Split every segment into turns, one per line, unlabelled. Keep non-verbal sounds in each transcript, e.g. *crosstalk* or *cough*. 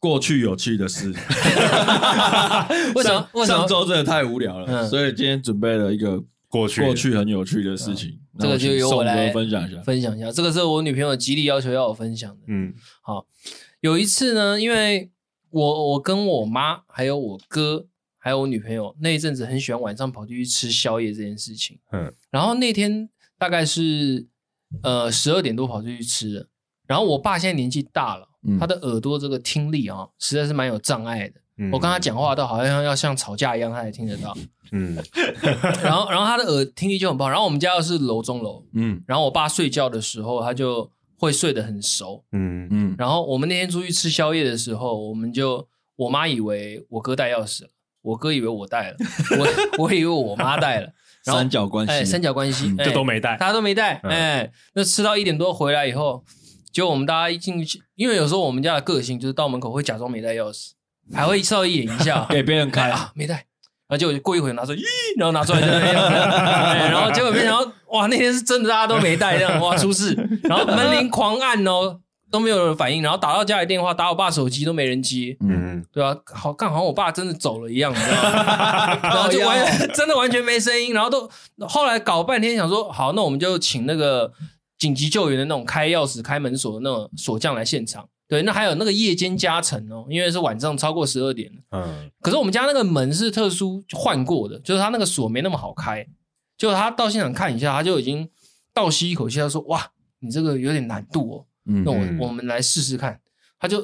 过去有趣的事。
*laughs* 为什
上
么为什么
上周真的太无聊了，
嗯
所以今天准备了一个
过去
过去很有趣的事情，
嗯这个就由
由
我来
分享一下。
分享一下，这个是我女朋友极力要求要我分享的。
嗯
有一次呢，因为我我跟我妈还有我哥还有我女朋友那一阵子很喜欢晚上跑出去吃宵夜这件事情，
嗯
然后那天大概是呃十二点多跑出去吃的，然后我爸现在年纪大了，
嗯
他的耳朵这个听力啊、实在是蛮有障碍的，
嗯
我跟他讲话都好像要像吵架一样，他也听得
*laughs*
到，
嗯
然后然后他的耳听力就很不好，然后我们家又是楼中楼，
嗯
然后我爸睡觉的时候他就会睡得很熟，
嗯
嗯
然后我们那天出去吃宵夜的时候，我们就我妈以为我哥带钥匙了，我哥以为我带了，
*laughs*
我我以为我妈带了，然后
三角关系，
哎三角关系
嗯，，
哎
这都没带
大家都没带，
嗯
哎，那吃到一点多回来以后，就我们大家一进去，因为有时候我们家的个性就是到门口会假装没带钥匙，还会稍微演一
*laughs*
下
给别人
哎
开，
啊没带。然后结果就过一会儿拿出来，咦，然后拿出来就那 *laughs* 样，哎然后结果没想到，哇，那天是真的大家都没带，这样哇出事，然后门铃狂按哦，都没有人反应，然后打到家里电话，打我爸手机都没人接，
嗯
对啊，好，干好像我爸真的走了一样，你知道吗？ *laughs* 然后就完真的完全没声音，然后都后来搞半天想说，好，那我们就请那个紧急救援的那种开钥匙、开门锁的那种锁匠来现场。对，那还有那个夜间加成哦，因为是晚上超过十二点了。
嗯
可是我们家那个门是特殊换过的，就是它那个锁没那么好开。就他到现场看一下，他就已经倒吸一口气，他说：“哇，你这个有点难度哦。”
嗯
那
嗯
我我们来试试看。他就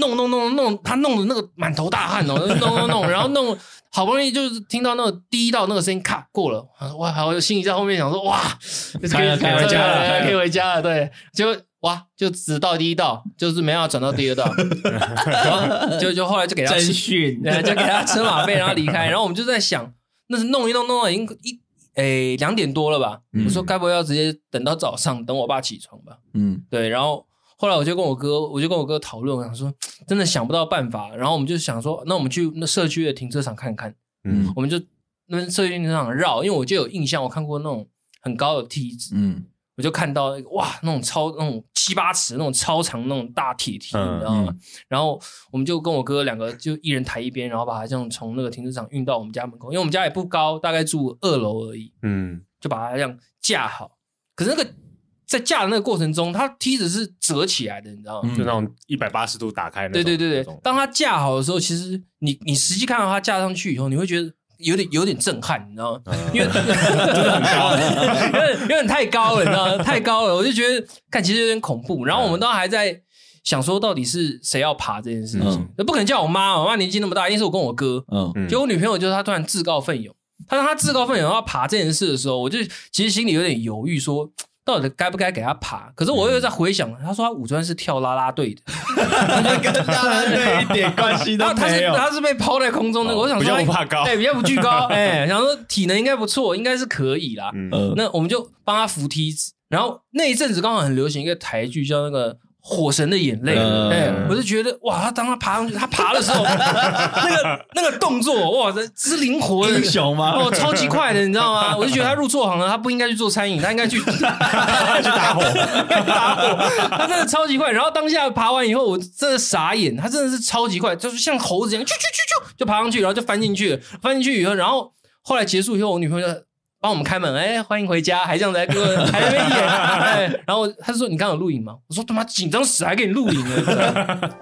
弄弄弄弄，他弄的那个满头大汗哦，弄弄弄，然后弄，好不容易就是听到那个第一道那个声音，咔过了。他说哇，好，我心里在后面想说哇，
开了开回家了开了
可以回家了，对，结果哇，就只到第一道，就是没有要转到第二道，然后就就后来就给
嗯
他
真
吃
训，
对，就给他车马费，然后离开。然后我们就在想，那是弄一弄弄到已经一诶两点多了吧？
嗯
我说该不会要直接等到早上，等我爸起床吧？
嗯
对，然后后来我就跟我哥，我就跟我哥讨论，我想说真的想不到办法，然后我们就想说，那我们去那社区的停车场看看，
嗯
我们就那边社区停车场绕，因为我就有印象，我看过那种很高的梯子，
嗯
我就看到哇，那种超那种七八尺那种超长那种大铁梯，
嗯
你知道吗？然后我们就跟我哥两个就一人抬一边，然后把它这样从那个停车场运到我们家门口，因为我们家也不高，大概住二楼而已，
嗯
就把它这样架好。可是那个在架的那个过程中，它梯子是折起来的，你知道吗？
嗯
就那种一百八十度打开那
对
种
对对对
那种，
当它架好的时候，其实你你实际看到它架上去以后，你会觉得有点有点震撼，你知道吗？
*laughs* 嗯
因为 *laughs* 真的很高，有点有点太高了，你知
*laughs*
道吗？太高了，我就觉得看其实有点恐怖。然后我
嗯
们当时还在想说，到底是谁要爬这件事情
嗯？
那不可能叫我妈，我妈年纪那么大，一定是我跟我哥。
嗯
嗯
结果我女朋友就是她突然自告奋勇，她当她自告奋勇要爬这件事的时候，我就其实心里有点犹豫说。到底该不该给她爬？可是我又在回想，她说她五专是跳啦啦队的，
跟大人对
*laughs*
一点关系
然后啊他是他是被抛在空中的，
哦
我想
比
说
较不
他
怕高
对，比较不惧高，哎，想说体能应该不错，应该是可以啦。
嗯
呃
那我们就帮他扶梯子，然后那一阵子刚好很流行一个台剧叫那个。火神的眼泪，
嗯
哎、我就觉得哇，他当他爬上去，他爬的
*laughs*
时候，那个那个动作，哇，这之灵活的
英雄吗？
*laughs* 哦，超级快的，你知道吗？我就觉得他入错行了，他不应该去做餐饮，他应 *laughs* 该去去打火，打火，他真的超级快。然后当下爬完以后，我真的傻眼，他真的是超级快，就是像猴子一样，啾啾啾啾就爬上去，然后就翻进去了，翻进去以后，然后后来结束以后，我女朋友就。帮我们开门，哎、欢迎回家，还这样子还 *laughs* 给我，还在那边演，哎，然后他就说你刚刚有录影吗？我说他妈紧张死了，还给你录影了。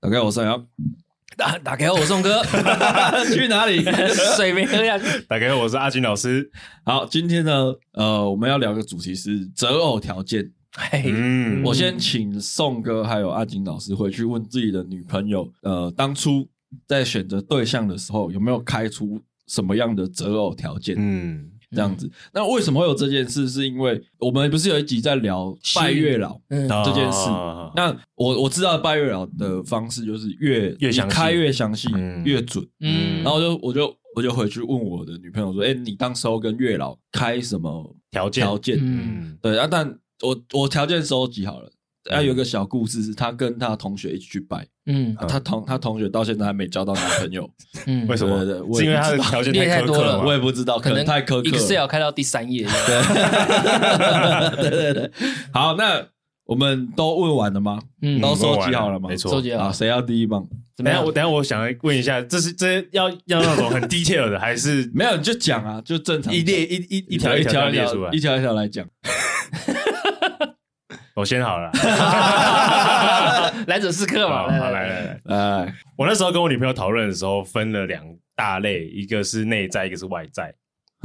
打开我三
*laughs*
幺，
打打给我宋哥， *laughs*
去哪里？
水没喝下去，
大家好，我是阿金老师，
好，今天呢，呃，我们要聊个主题是择偶条件。
哎，
嗯
我先请宋哥还有阿锦老师回去问自己的女朋友，呃，当初在选择对象的时候有没有开出什么样的择偶条件？
嗯
这样子，那为什么会有这件事？是因为我们不是有一集在聊拜月老？
嗯，
这件事
啊
那我我知道拜月老的方式就是越
越详
你
细
开越详细、
嗯
越准，
嗯
然后就我就我就回去问我的女朋友说：“哎、你当时候跟月老开什么
条件
条件？”
嗯
嗯
对啊，但我我条件收集好了，啊，有一
嗯
个小故事是，她跟她同学一起去拜，
嗯
啊她同她同学到现在还没交到男朋
*laughs*
友，
嗯
为，什么？
对对对我也
是因为他的条
不
件
知道
苛刻
列太多了
吗
我也不知道，可能太苛刻
一个 e
*laughs* 了。
l 开到第三页，
对 *laughs* 对对，好，那我们都问完了吗？
嗯，
都收
问完
集
了
好了吗？
没错
收集好
啊，谁要第一棒？
怎么
等一下
样
我？等一下我想问一下，这是这是要要那种很 detail 的，还是
没有，你就讲啊，就正常
一列一一
一
一条
一
一
条
条列出来
一？条一条来讲。
我先好了，
*laughs* 来者是客嘛，
好好来来来，
哎，
我那时候跟我女朋友讨论的时候，分了两大类，一个是内在，一个是外在，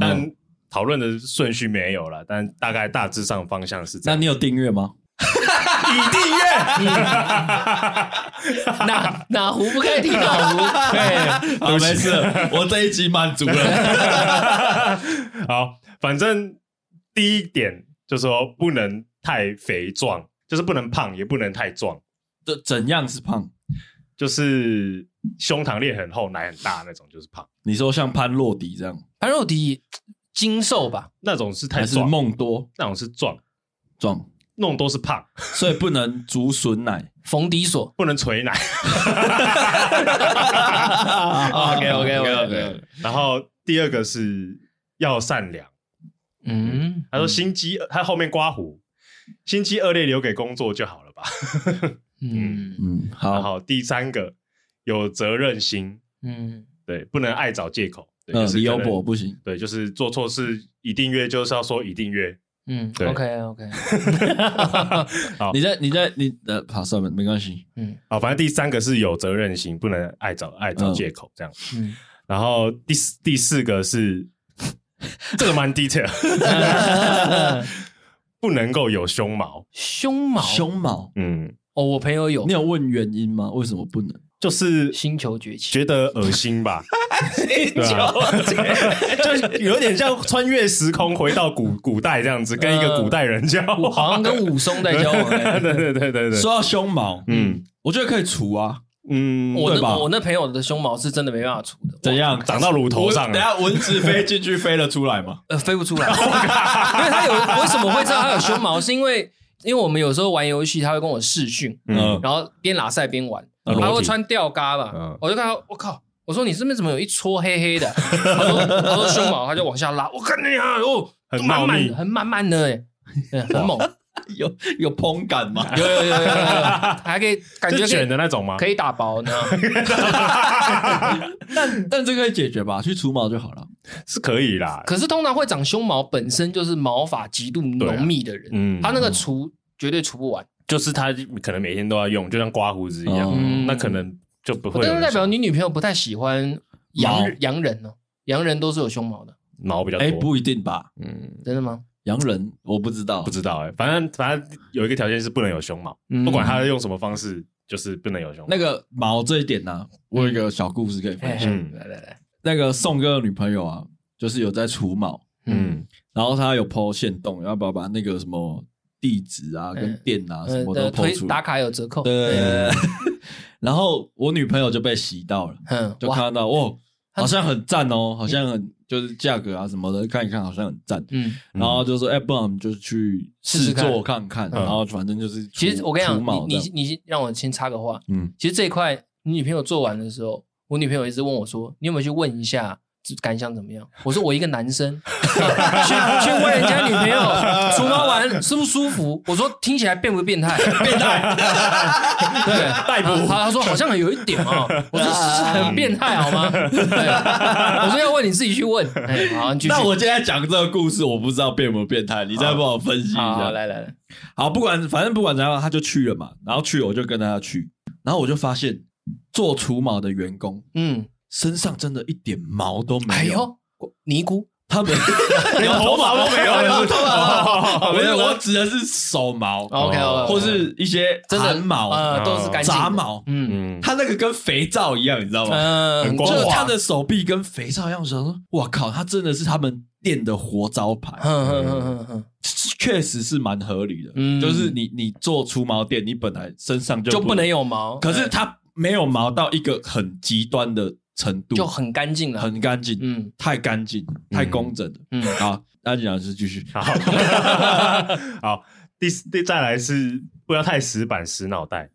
嗯
但讨论的顺序没有了，但大概大致上方向是这
那 *laughs*
样。
你有订阅
*laughs*
吗？
你订阅？
哪哪壶不开提啊哪壶，
对， *laughs* 好，没事，我这一集满足
*laughs*
了。
好，反正第一点就是说不能太肥壮，就是不能胖，也不能太壮，
这怎样是胖？
就是胸膛裂很厚、奶很大那种，就是胖。
你说像潘洛迪这样，
潘若迪精瘦吧？
那种是太
还是
壮，
梦多
那种是壮，
壮？
那种都是胖，
所以不能竹笋奶。
冯迪所
不能垂奶。
OK，OK，OK，OK
然后第二个是要善良。
嗯，
他说心机，他后面刮胡，心机恶劣留给工作就好了吧。
嗯
嗯，
然
好，
后第三个有责任心，
嗯
对，不能爱找借口。对
嗯
就，是
李
可
优
能
博不行。
对，就是做错事一定约，就是要说一定约。
嗯
对
，OK OK，
好
你在你在你呃，好，算了，没关系。
嗯
啊，反正第三个是有责任心，不能爱找爱找借口这样。
嗯，
然后第四第四个是 *laughs* 这个蛮 detail，不能够有胸毛。
*laughs* 胸毛
胸毛，
嗯，
哦，我朋友有
你有问原因吗？为什么不能？
就是
星球崛起，
*laughs* 觉得恶心吧，对啊，就有点像穿越时空回到古古代这样子，跟一个古代人交
*laughs* 我
往。
好像跟武松在交往欸。
*laughs* 对对对对对，
说到胸毛，
嗯
我觉得可以除啊。
嗯，
我
对吧
那我那朋友的胸毛是真的没办法除的，
怎样？
长到乳头上啊
蚊等
了，
下蚊子飞进去飞了出来
*laughs*
吗？
呃，飞不出来，因为他有为什么会知道他有胸毛，是因为因为我们有时候玩游戏，他会跟我视讯，
嗯
嗯，
然后边拉赛边玩，
嗯
他
裸
会
体
穿吊嘎吧
嗯，
我就看到我靠。我说你这边怎么有一撮黑黑的？他说他说胸毛，他就往下拉。我看你啊，哦，
很
满
茂
满
密
的，很满满的哎，对很猛，
有有蓬感
*laughs*
吗？
有有有有有有，还可以感觉
是
可
卷
以
的那种吗？
可以打薄呢。
但但这个可以解决吧？去除毛就好了。
是可以啦，
可是通常会长胸毛本身就是毛发极度浓密的人，
嗯，
他那个除绝对除不完。
就是他可能每天都要用，就像刮胡子一样，
嗯
那可能就不会有
但是
人
代表你女朋友不太喜欢
毛
洋洋人哦，洋人都是有胸毛的，
毛比较
哎，
多。
不一定吧？
嗯，
真的吗？
洋人我不知道
不，知道哎，反正反正有一个条件是不能有胸毛，
嗯
不管他用什么方式，就是不能有胸毛。
那个毛这一点呢、我有一个小故事可以分
哎
享。
嗯
来来来，
那个宋哥的女朋友啊，就是有在除毛，
嗯，
嗯，
然后她有剖线洞，要不要把那个什么地址啊、跟店啊什
呃
么都
的推
剖出
打
来？
卡有折扣，
对对对对。 *laughs* 然后我女朋友就被洗到了，
嗯，
就
哇，嗯
看到哦，好像很赞哦，好像很就是价格啊什么的，看一看好像很赞。
嗯，
然后就说，哎，不然我们就去
试试看
做看看，
嗯
然后反正就是除。
其实我跟你
除毛
讲，你
这
你
样
你让我先插个话，
嗯，
其实这一块你女朋友做完的时候，我女朋友一直问我说，你有没有去问一下？感想怎么样？我说我一个男生 *laughs* 去去问人家女朋友除毛完舒不舒服？我说听起来变不变态？ *laughs* 变态， *laughs* 对，
*laughs* 逮捕
嗯他他说好像有一点哦，我说是很变态好吗？对，我说要问你自己去问。哎，好，你继续。
那我现在讲这个故事，我不知道变不变态，你再帮我分析一
好好
下。
来来来，
好，不管反正不管怎样，他就去了嘛。然后去了我就跟他去，然后我就发现做除毛的员工
嗯，
身上真的一点毛都
哎
没有，
呦，尼姑，
他
*laughs*
们
连头发都没有，
有头
发
哦
我没有，我指的是手毛
OK，OK，OK
或是一些
哦呃真的
汗毛、
呃，都是干净的
杂，毛，
嗯
嗯，
他那个跟肥皂一样，你知道吗？
嗯，
很
就
光
是
滑
他的手臂跟肥皂一样，我想说，哇靠，他真的是他们店的活招牌。
哼哼哼哼哼，
确实是蛮合理的，
嗯
就是你你做除毛店，你本来身上就
就
不
不能，有哎毛，
可是它没有毛到一个很极端的程度，
就很干净了。
很干净，
嗯
太干净，太工整了。
嗯
好，那你老师继续，
*laughs* 好，好，第四第再来是不要太死板死脑袋，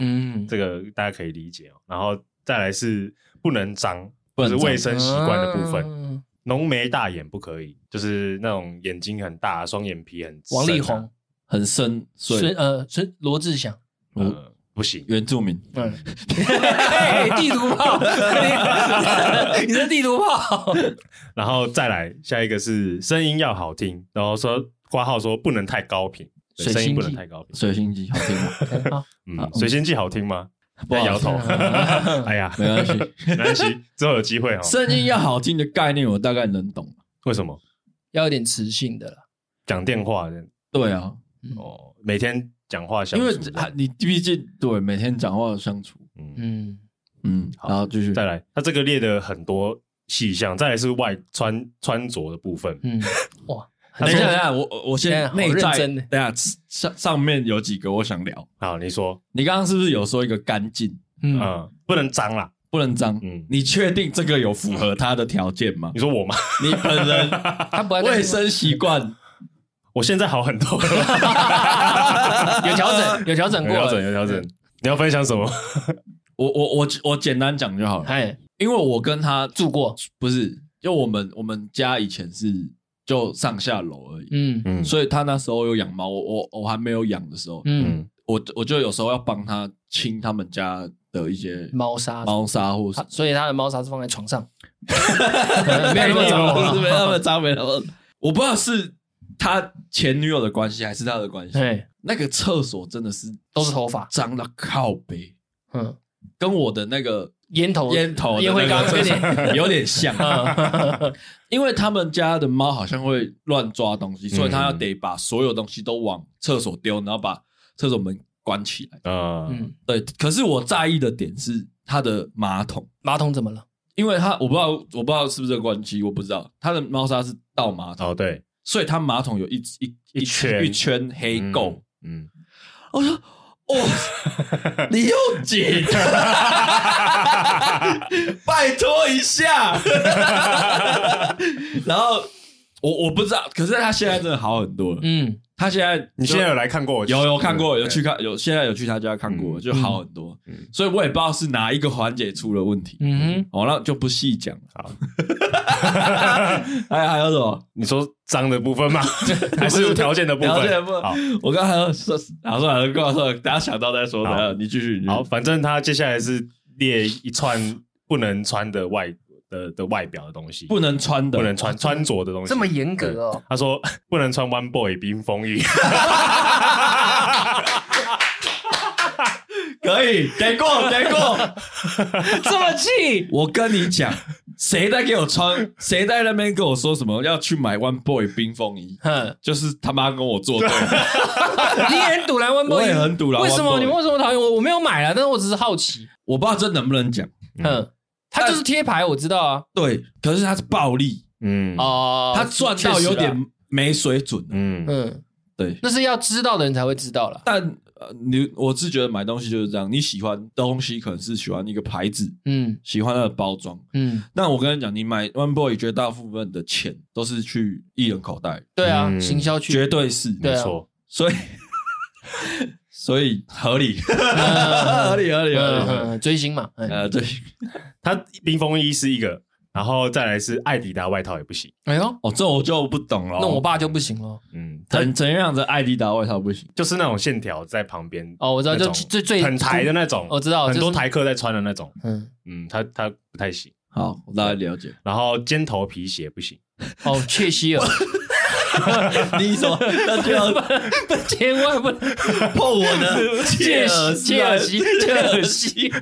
嗯，
这个大家可以理解哦。然后再来是不能脏，
不
就
能
是
脏
卫生习惯的部分，
分。
浓眉大眼不可以，就是那种眼睛很大，双眼皮很深啊
王力宏、
很深
孙
邃，
呃孙罗志祥，
呃不行，
原住民。
嗯，嘿地图
*laughs*
炮，你是地图炮，
然后再来下一个是声音要好听，然后说挂号说不能太高频，对
水
声音
星
不能
记
太高频。
水星记好听吗？啊
嗯，水星记好听吗？
不
*laughs* 在
好
摇头，哎呀，
没关
*laughs*
系，
没关系，之后有机会哦。
声音要好听的概念我大概能懂。
为什么
要有点磁性的了。
讲电话的
对啊，
哦？每天讲话相
因
处
为
这样，
啊你毕竟对每天讲话相处，
嗯，
嗯，
嗯，
好
然后继续
再来，他这个列的很多细项，再来是外穿穿着的部分，
嗯，哇，
等
很
一下，等一
像
下，我我我
现在
先
好
内
认
在，
真
等一下上上面有几个我想聊。
好，你说，
你刚刚是不是有说一个干净，
嗯
嗯，不能脏啦。
不能脏？
嗯
你确定这个有符合他的条件吗
*laughs*
你？说我吗？ *laughs*
你本人
他不爱
卫生习惯
我现在好
*laughs*
很多了，
啊
有调整，有调整
有
过
调整，
了。
有调整。你要分享什么？
我我我我简单讲就好了，
哎，
因为我跟他
住过，
不是，就我们我们家以前是就上下楼而已，
嗯
嗯
所以他那时候有养猫，我我我还没有养的时候，
嗯，
我我就有时候要帮他清他们家的一些
猫砂，
猫砂或是
它所以他的猫砂是放在
*laughs*
床上，
没有那么脏，是 *laughs*
没有那么啊脏
没有那么啊脏，没有那么脏。我不知道是他前女友的关系还是他的关系，
对，
那个厕所真的是
都是头发，
脏到靠背，
嗯，
跟我的那个
烟头，
烟头的
烟灰
那
缸
个
有
厕
点，
*laughs* 所有点像。
嗯
因为他们家的猫好像会乱抓东
嗯
西，所以他要得把所有东西都往厕所丢，然后把厕所门关起来。
嗯，
嗯，
对，可是我在意的点是他的马桶，
马桶怎么了？
因为他我不知道我不知道是不是这个关系，我不知道他的猫砂是倒马桶，
哦，对，
所以他马桶有一一
一圈
一圈黑垢。
嗯，
我说。哦， *laughs* 你又紧，拜托一下。 *laughs* 然后我我不知道，可是他现在真的好很多了。
嗯，
他现在
你现在有来看过我？
有有看过，有
对
去看，有现在有去他家看过，
嗯
就好很多
嗯。
所以我也不知道是哪一个环节出了问题。
嗯
哦，那就不细讲了。
好，
*laughs* 还还有什么？
你说脏的部
*laughs*
分吗？还是有条件的部分？
条件的部分
好，
*laughs* 我刚才说，啊，算了，跟我说，大家想到再说。
好
等下你继续，你继续
好，，反正他接下来是列一串不能穿的外的的外表的东西，
不能穿的，
不能穿穿着的东西，
哦这么严格哦
对他说 *laughs* 不能穿 One Boy 冰
*laughs*
风衣，
可以，给过，给
*laughs*
过。
哼，这么气，
我跟你讲，谁在给我穿，谁在那边跟我说什么要去买 One Boy 冰风衣，
哼，
就是他妈跟我作对。
*laughs* 你也很堵拦 One Boy，
我也很堵拦
为什
One
么
Boy
你们为什么讨厌我？我没有买啊，但是我只是好奇，
我不知道这能不能讲，
嗯，他就是贴牌，我知道啊，
对，可是他是暴力，
嗯
哦，
他赚
确
到
实啦啊
有，点没水准了。
啊嗯，
嗯，
对，
那是要知道的人才会知道了，
但呃，你我是觉得买东西就是这样，你喜欢的东西可能是喜欢一个牌子，
嗯
喜欢它的包装。
嗯，
那我跟你讲，你买 One Boy 绝大部分的钱都是去艺人口袋，
对啊，
嗯
行销去
绝，对是，
对
没
啊
错，
所以所以合理，
嗯
*laughs* 合理，合理，合
啊
嗯
理。
嗯，追星嘛，哎
呃，对，
他冰风衣是一个，然后再来是艾迪达外套也不行，
哎呦，
哦，这我就不懂了。
那我爸就不行了。
嗯，他
怎怎样的艾迪达外套不行？
就是那种线条在旁边
哦，我知道，
那
就
种
最最哦
很台的那种，
我知道
很多
就是
台客在穿的那种，
嗯，
嗯，他他不太行，
好，我大概了
*laughs*
解。
然后尖头皮鞋不行，
哦，切希
*laughs*
尔，
你说那就要
不千万不能
碰我 *laughs* 的
切西
啊
切尔西切尔
西，
西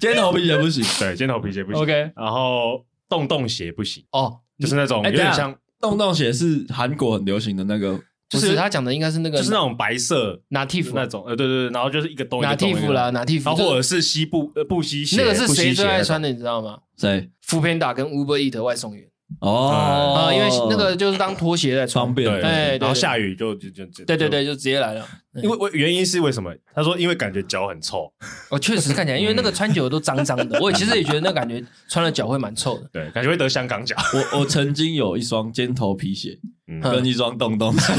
尖头皮也不行。
对，尖头皮鞋不行
，OK，
然后洞洞鞋不行，
哦，
就是那种
哎
有点
等一下
像，
洞洞鞋是韩国很流行的那个，
不是他讲的应该是那个，
就是那种白色那
native
种，呃，对对对，然后就是一个洞一个洞一个
native
洞
啦，native，
然后或
就
者
是
是西部呃布西鞋，
那个是
布西
谁
鞋
最爱
那种
穿？的，你知道吗？
谁？
f o o Panda 跟 Uber Eat 外送员
哦
啊，，因为那个就是当拖鞋在穿
方，便。
对，
哎对
然后下雨就就就就
对对对，，就直接来了。
因为我原因是为什么？他说因为感觉脚很臭，
我哦确实看起来，因为那个穿久了都脏脏的，我其实也觉得那感觉穿了脚会蛮臭的。
对，感觉会得香港脚。
我我曾经有一双尖头皮鞋
嗯
跟一双洞洞鞋，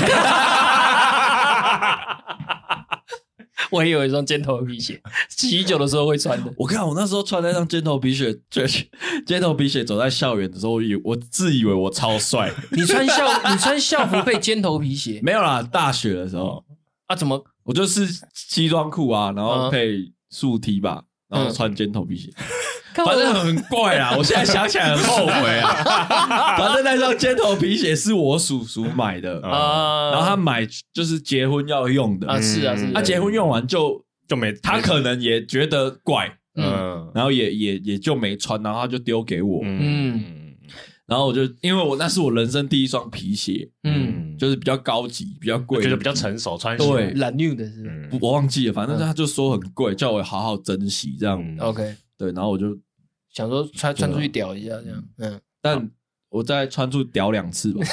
我也有一双尖头的皮鞋，骑酒的时候会穿的。
我看我那时候穿那双尖头皮鞋， *laughs* 就尖头皮鞋走在校园的时候，我以我自以为我超
*laughs*
帅，
你穿校你穿校服配尖头皮鞋
没有啦，大学的时候，
啊？怎么？
我就是西装裤啊，然后
嗯
配竖 T 吧，然后
嗯
穿尖头皮鞋，
看
反正
我
很怪
*laughs*
啊，我现在想起来很后悔啊。反正那双尖头皮鞋是我叔叔买的，
嗯
啊，
然后他买就是结婚要用的，
*laughs* 啊是啊是
嗯
嗯
他结婚用完就
就没
他可能也觉得怪，
嗯
然后也也也就没穿，然后他就丢给我，
嗯
然后我就因为我那是我人生第一双皮鞋，
嗯，
就是比较高级、比较贵，
觉得比较。成熟，穿起来
对
懒 new 的是
嗯
我忘记了，反正他就说很贵，叫我好好珍惜这样。
嗯
OK，
对，然后我就，
想说穿穿出去屌一下这样，嗯，
但我再穿出屌两次吧，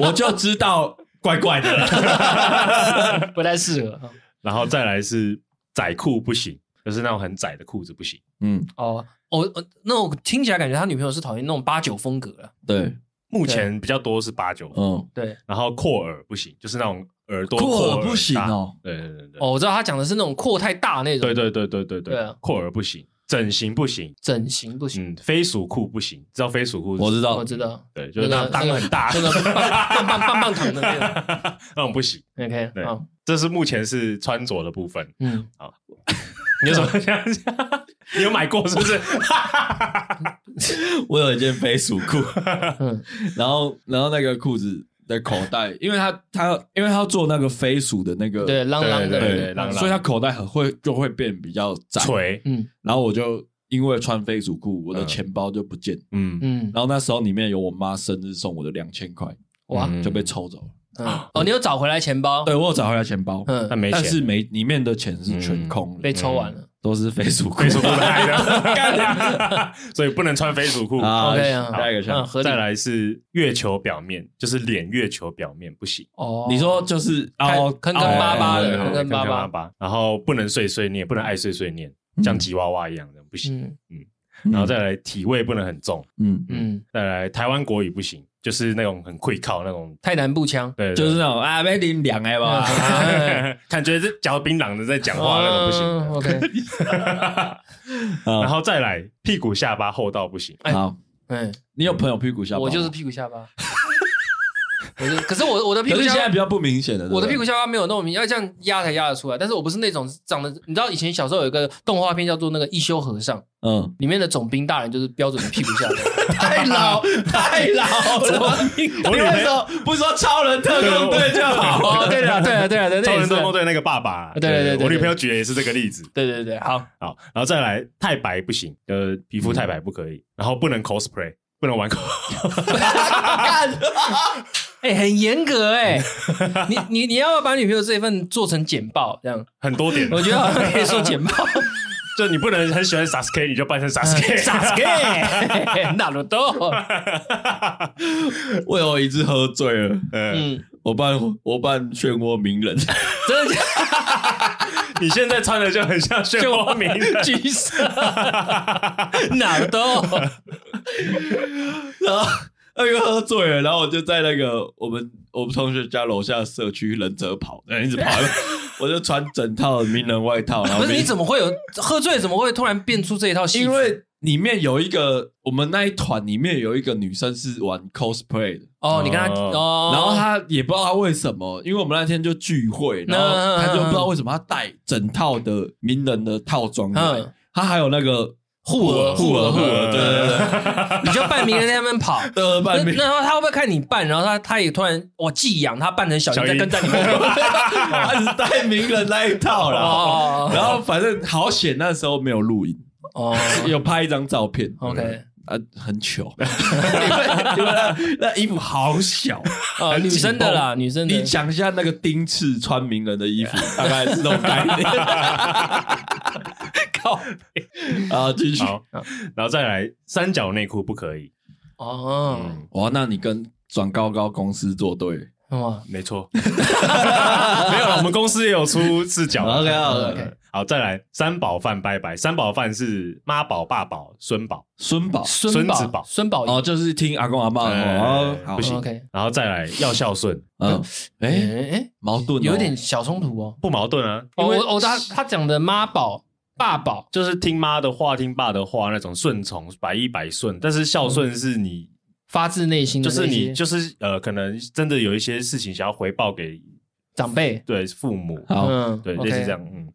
我就知道怪怪的了。
不太适合啊
然后再来是窄裤不行，就是那种很窄的裤子不行。
*laughs* 嗯，
哦。我、哦、那我听起来感觉他女朋友是讨厌那种八九风格了，
对，
目前比较多是八九，
嗯，
对，
然后扩耳不行，就是那种耳朵
酷
扩
儿
耳
不行
大。
哦，
对对对对，
哦，我知道他讲的是那种扩太大那种，
对，对对对对
对啊
扩耳不行，整形不行，
整形不行，
嗯，飞鼠裤不行，知道飞鼠裤？
我知道
我，知道，
对，嗯就是那种
那
裆
个
很大，
真的啊棒棒棒棒棒糖的那
*laughs*
个
那种不行。
，OK，
对
好，
这是目前是穿着的部分。
嗯，
你有什么想？ *laughs* 你有买过是
*laughs*
不是？
我有一件飞鼠
*laughs*
裤，
嗯
然后然后那个裤子的口袋，因为他他因为他要做那个飞鼠的那个
对，浪浪的，嗯
对
对
浪浪
所以他口袋很会就会变比较窄。
锤，
嗯
然后我就因为穿飞鼠裤，我的
嗯
钱包就不见了。
嗯，
嗯，
然后那时候里面有我妈生日送我的两千块，
哇，
嗯
就被抽走了。
嗯哦，你有找回来钱包，
对我有找回来钱包，
嗯，
但没嗯钱，
但是没里面的钱是全空的，
被抽完了
都是飞鼠裤
飞鼠裤
*laughs*
来的， *laughs* 所以不能穿飞鼠裤。
啊。
，OK 啊，
下一个
嗯
项，
合理
再，来是月球表面，就是脸月球表面不行，
哦，
*laughs* 你说就是
看
凹
坑坑
哦
巴巴的
对对对
坑
对
坑巴巴
巴巴，然后不能碎碎念，不能爱碎碎念，像吉娃娃一样的不行。
嗯
然后再来体味不能很重，
嗯，
嗯，
再来台湾国语不行，就是那种很会靠那种，
太南步
*laughs*
枪，
对，对
就是那种啊，被领两哎吧，
*laughs* 哎
感觉是嚼槟榔的在讲话那种不
嗯 *laughs*
行。 *laughs*
，OK，
然
哦
后再来屁股下巴厚道不行，
哎
好，
嗯。
你有朋友屁股下巴吗，
我就是屁股下巴。 *laughs* 我就可是我我的屁
可
股
是现在
下
比
巴，
较不明显的，对不对
我的屁股下巴没有那么明，要这样压才压得出来。但是我不是那种长得，你知道以前小时候有一个动画片叫做那个《一休和尚》，
嗯，
里面的总兵大人就是标准的屁股 *laughs* 下巴。
太老太老了，
我
我
以为
那时候哦不是说超人特工队就好，
哦，对了，对了，对了，对了，那
超
也
人
是
特工队那个爸爸，
对对对对
我女朋友举的也是这个例子。
对对对，好，
好，然后再来太白不行，呃，皮肤太
嗯
白不可以，然后不能 cosplay，不能玩 *laughs* cos，
哎，很严
*laughs*
格哎，你你你要不要把女朋友这一份做成简报这样？
很多点，
我觉得好像可以说
*laughs*
简报。
就你不能很喜欢 Sasuke，你就扮成 Sasuke，
Sasuke，那鲁多， *laughs*
我有一次喝醉了，
嗯，
嗯，
我扮我扮漩涡鸣人，
真的假
你现在穿的就很像漩涡鸣人，
的？ *laughs* 橘色，哪都。
然后那个喝醉了，然后我就在那个我们我们同学家楼下社区忍者跑，然后一直跑， *laughs* 我就穿整套名人外套，然后
不是
名
你怎么会有喝醉？怎么会突然变出这一套戏？
因为里面有一个我们那一团里面有一个女生是玩 cosplay 的。
哦，你跟他
哦
哦，
然后她也不知道她为什么，因为我们那天就聚会，然后她就不知道为什么她带整套的名人的套装来
嗯，
她还有那个
护额
护额护
护
额，
额
对对对，
你就扮名人在那边跑。
的
那
半 *laughs* 边，
然后他会不会看你扮，然后他他也突然我寄养，他扮成小
小
樱在
樱
跟在你后
*laughs*
面哦
他只带名人那一套啦。
哦
然后反正好险，那时候没有录影，
哦哦
有拍一张照片。 *laughs*
，OK
啊，很
*laughs*
糗，因为因为那那衣服好小。
哦，女生的啦，女生的
你讲一下那个丁次穿名人的衣服，大概是这种概念。
*laughs* 靠
啊，继续。
*laughs* 好，然后再来三角内裤不可以，
哦
嗯，
哇，那你跟转高高公司作对，
哇，
没错， *laughs* 没有了。我们公司也有出视角的。
OK，OK，OK
嗯好，再来三宝饭拜拜。三宝饭是妈宝、爸宝、孙宝，
孙宝
孙
孙子宝
宝，孙宝
哦，就是听阿公阿妈的话哦
哎，
好
不行
OK，
然后再来要孝顺，
嗯，
哎
哎，
哎，
矛盾哦
有点小冲突哦。
不矛盾啊。
哦，
因为
我我他他讲的妈宝、爸宝，
就是听妈的话，听爸的话，那种顺从，百依百顺。但是孝顺是你，
发自内心的嗯
就
那些
是你，就是呃，可能真的有一些事情想要回报给
长辈，
对父母，
好
嗯，
对，
OK
类似这样。嗯，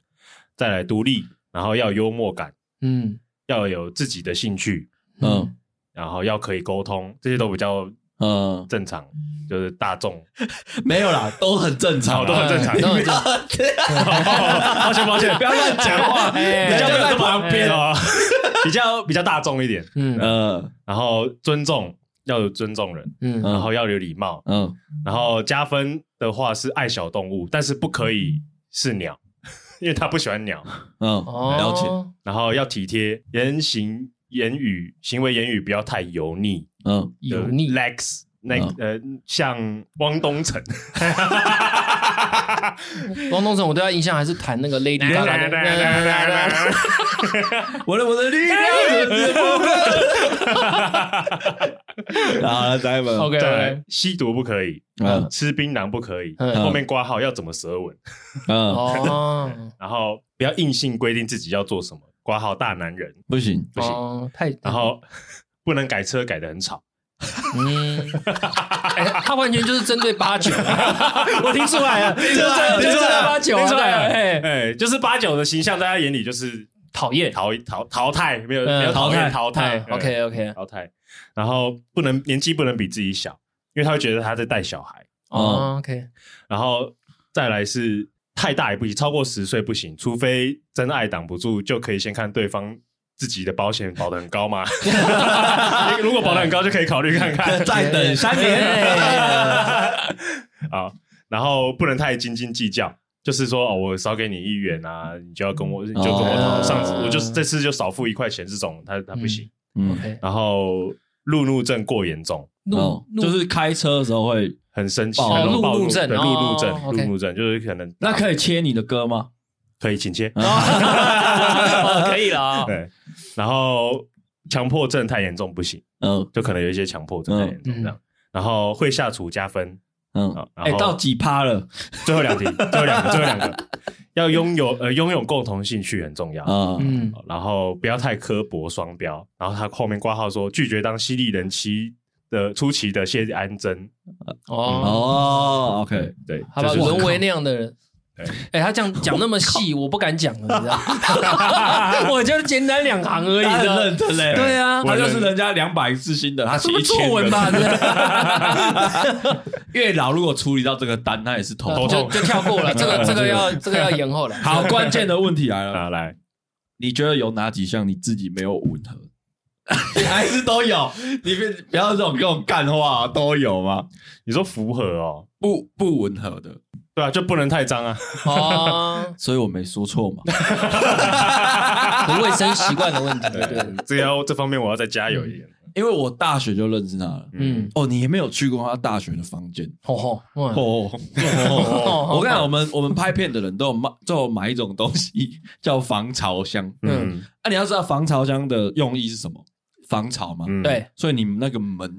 再来独立，然后要有幽默感，
嗯，
要有自己的兴趣，
嗯
然后要可以沟通，这些都比较
嗯，
正常，就是大众。 *laughs*
没有啦，都很正常啊
好哦都
啦，
很正常
嗯都很正常。
抱歉抱歉，不要乱讲话，
*laughs* 哎
*laughs* 比较没有这么
哎
哦，比较比较大众一点。 *laughs*
嗯
嗯
然后尊重要有尊重人，
嗯
然后要有礼貌，
嗯，
然后加分的话是爱小动物，但是不可以是鸟， *laughs* 因为他不喜欢鸟。
嗯，
哦，
了解，
然后要体贴，言行言语行为言语不要太油腻，
嗯，
油腻嗯
l e x 那个呃，像汪东
*laughs*
城，
汪东城，我对他印象还是弹那个 Lady Gaga 的。
我的我的 *laughs* 力量啊，再问
OK
再
OK，
来，吸毒不可以，
嗯
吃槟榔不可以，
嗯
后面挂号要怎么舌吻，
嗯，
哦
然后不要硬性规定自己要做什么，挂号大男人
不行，
*laughs* 不行，
哦，太
然后 *laughs* 不能改车改的很吵，
嗯，哎他完全就是针对八
*laughs*
九，我听出来了，就是
来了
针对八九啊，
听出来了
对哎，
哎，就是八九的形象，在他眼里就是
讨厌，
淘淘淘汰，没有
嗯
没有讨厌
淘
淘汰嗯
，OK OK，
淘汰，然后不能年纪不能比自己小，因为他会觉得他在带小孩，
哦 OK，
然后再来是。太大也不行，超过十岁不行，除非真爱挡不住，就可以先看对方自己的保险保得很高
*laughs*
嘛。如果保得很高，就可以考虑看看。 *laughs*
再等三
*laughs*
年，
啊，然后不能太斤斤计较，就是说哦，我少给你一元啊，你就要跟我，你就跟我讨、
哦
上次，我就是这次就少付一块钱，这种他他不行。
嗯，
OK，
然后路怒症过严重，
哦
怒，怒
就是开车的时候会，
很生气，
哦
很容易
路
暴
怒
怒
症
对路怒
哦
症，路
OK
怒症就是可能
那
以
可以切你的歌吗？
可以请
嗯
切，
哦可以了啊，
对，然后强迫症太严重不行，
嗯
就可能有一些强迫
嗯
症太严重这样。然后会下厨加分
嗯
啊，，然
哎，
后
到几趴了？
最后
*laughs*
两题，最后两个，最后两个，要拥有呃拥有共同兴趣很重要。
啊，
嗯，
然后不要太刻薄双标。然后他后面挂号说拒绝当犀利人妻的出奇的谢安贞，
哦，
哦，OK，
对，
好吧，
这就是
文维那样的人
对。
哎、他这样讲那么细，我不敢讲了，你知道？我就是简单两行而已
他很
的。
认真嘞，
对啊，
他
我
就是人家两百字新的，他
是
写
不
一
是作
千 *laughs*
文吧？
月老如果处理到这个单，他也是头
就
痛。
就就跳过了，这个这个要这个要延后了。
好，关键的问题来了，
啊，来，
你觉得有哪几项你自己没有吻合？ *laughs* 还是都有？你别不要这种跟我干话、啊都有吗？
你说符合哦，
不不吻合的，
对啊，就不能太脏啊，
哦，
所以我没说错嘛。
和卫生习惯的问
*laughs*
题，对对，
这要这方面我要再加油一点。
因为我大学就认识他了。
嗯，
哦，你也没有去过他大学的房间
吼吼，哇
哦。我跟你讲，我们我们拍片的人都有买，都有买一种东西 *laughs* 叫防潮箱。
嗯
啊，你要知道防潮箱的用意是什么？防潮嘛，
嗯，
对，
所以你们那个门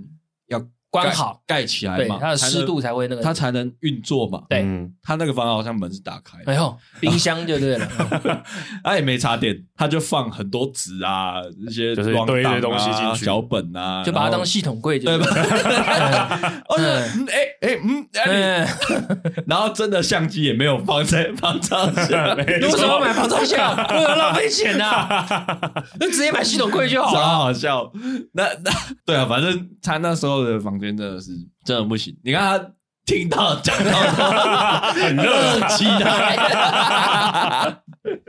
要盖
关好，
盖起来
对，
嘛，
它的
才能
湿度才会那个。
它才能运作嘛。
对
嗯
它那个防潮箱门是打开的
哎，呦，冰箱就对了。嗯
它也没插电，它就放很多纸啊，这些
就是
乱
堆一
档
堆东西
啊
进去
脚本啊，
就把它
然后
当系统柜就
对吧
对？了 *laughs*
我就嗯哎哎嗯，哎
嗯，
你然后真的相机也没有放在防潮
*laughs*
箱，
没
你为什么要 *laughs*
错
买防潮箱？为什么哎浪费钱啊呢、那直接买系统柜就好
超
了。
好笑。那那对啊，反正他那时候的房间真的是真的不行。你看他听到讲到
*laughs*
都很热啊气的。
*laughs*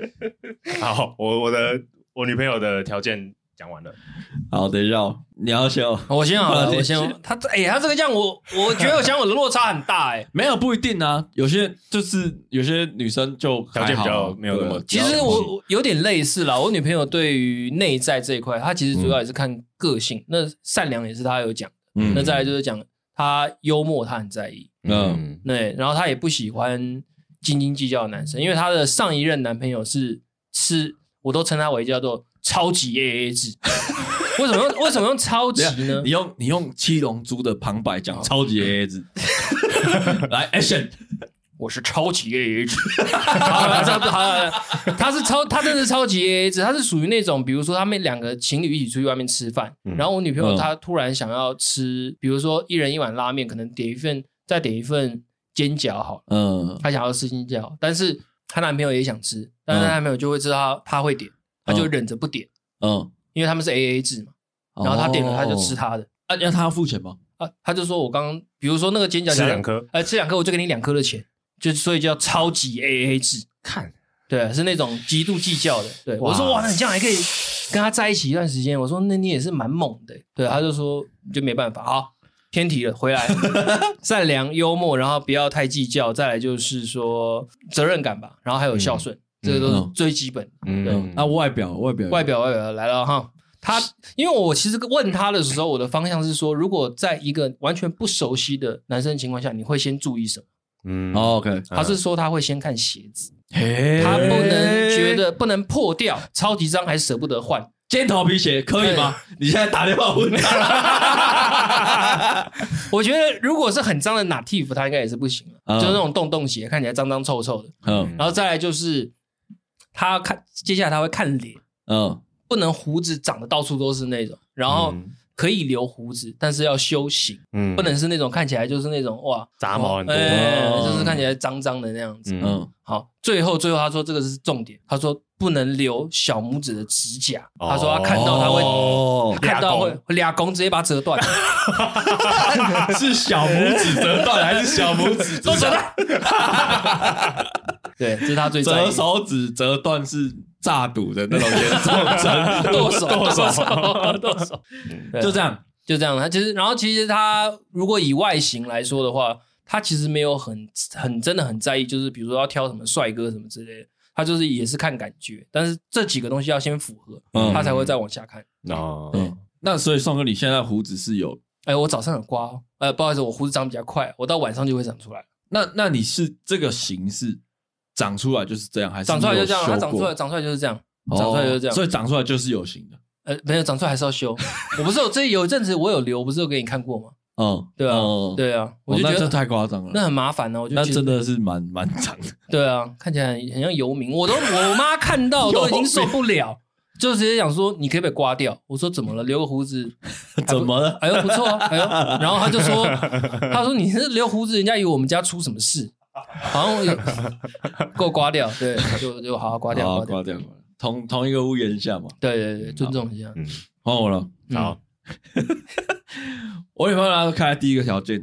好，我我的我女朋友的条件讲完了，
好，等一下哦，你要先哦，
我先好了，
好
我先好了。他这哎、他这个这样，我我觉得我想我的落差很大哎、
没有不一定啊，有些就是有些女生就还
条件比较
好啊
没有那么
对
其实我我有点类似啦，我女朋友对于内在这一块，她其实主要也是看个性。那善良也是她有讲，
嗯
那再来就是讲她幽默，她很在意。
嗯，
嗯，
对，然后她也不喜欢斤斤计较的男生，因为她的上一任男朋友是吃，我都称他为叫做超级 AA 制。 *laughs* 为什么用为什么用超级
等一下
呢
你？用你用七龙珠的旁白讲超级 AA *laughs* 制，来 action，
我是超级 AA 制，好了，这不好了，他是超，他真的是超级 AA 制，他是属于那种，比如说他们两个情侣一起出去外面吃饭，
嗯
然后我女朋友
嗯
她突然想要吃，比如说一人一碗拉面，可能点一份，再点一份煎饺好了，
嗯
她想要吃煎饺，但是她男朋友也想吃，但是她
嗯
男朋友就会知道她她会
嗯
点，她就忍着不点，
嗯，
因为他们是 AA 制嘛，然后她点了她就吃
哦，
她的。
啊，要他要付钱吗？
啊，他就说我刚刚，比如说那个煎饺
吃两颗，
哎、吃两颗我就给你两颗的钱，就所以叫超级 AA 制，
看
对，是那种极度计较的。对
哇
我说哇，那你这样还可以跟他在一起一段时间，我说那你也是蛮猛的、对，他就说就没办法，好，偏题了，回来， *laughs* 善良幽默，然后不要太计较，再来就是说责任感吧，然后还有孝顺，这个都是
嗯
最基本的。
嗯，
嗯
那外表外表
外表外表来了哈。他因为我其实问他的时候，我的方向是说，如果在一个完全不熟悉的男生情况下，你会先注意什么？
嗯
哦，OK，
他是说他会先看鞋子，
嘿
他不能觉得不能破掉， *laughs* 超级脏还舍不得 *laughs* 换。
尖头皮鞋可以吗？你现在打电话问他，
我觉得如果是很脏的 Native，他应该也是不行了，
嗯
就是那种洞洞鞋，看起来脏脏臭臭的。
*laughs* 嗯
然后再来就是他看，接下来他会看脸，
嗯
不能胡子长得到处都是那种，然后
嗯
可以留胡子，但是要修型。
嗯
不能是那种看起来就是那种哇
杂毛很多
哎
哦
就是看起来脏脏的那样子。
嗯，
好，最后最后他说这个是重点，他说不能留小拇指的指甲，
哦
他说他看到他会。
哦
他看到会
俩
会俩弓直接把它折断，
*laughs* 是小拇指折断还是小拇指
都
指
折
甲
断。对，这是他最在意
折
的
手指折断是炸赌的那种严重程度，
剁手剁手剁手， *laughs* 对啊
就这样。
就这样。他其实，然后其实他如果以外形来说的话，他其实没有很很真的很在意，就是比如说要挑什么帅哥什么之类的，他就是也是看感觉，但是这几个东西要先符合，
嗯
他才会再往下看。
哦，
嗯，那所以宋哥，你现在胡子是有
哎，我早上有刮、哦，呃，不好意思，我胡子长比较快，我到晚上就会长出来，
那那你是这个形是长出来就是这样，还是
长出来
你
就
有
这样，
修
它长出
过
来长出来就是这样，
哦
长出来就是这样。
所以长出来就是有型的。
呃，没有长出来还是要修。我不是有这有一阵子我有留，不是有给你看过吗？
嗯，
对啊，
嗯，
对啊，
我
我就觉
那这
得
太夸张了，
那很麻烦呢、啊我就
那
觉得
真的是蛮蛮长的。
对啊，看起来很很像游民，我都我妈看到都已经受不了，就直接讲说你可不可以刮掉？我说怎么了？留个胡子
怎么了？
还不？哎呦不错啊，哎呦，然后他就说，他说你是留胡子，人家以为我们家出什么事，好像有 *laughs* 给我刮掉，对，就就好好刮掉，
好
刮掉，
挂哦掉，挂掉同同一个屋檐下嘛。
对对对，尊重一下，
嗯，
换我了，
嗯
好，
我女朋友她开第一个条件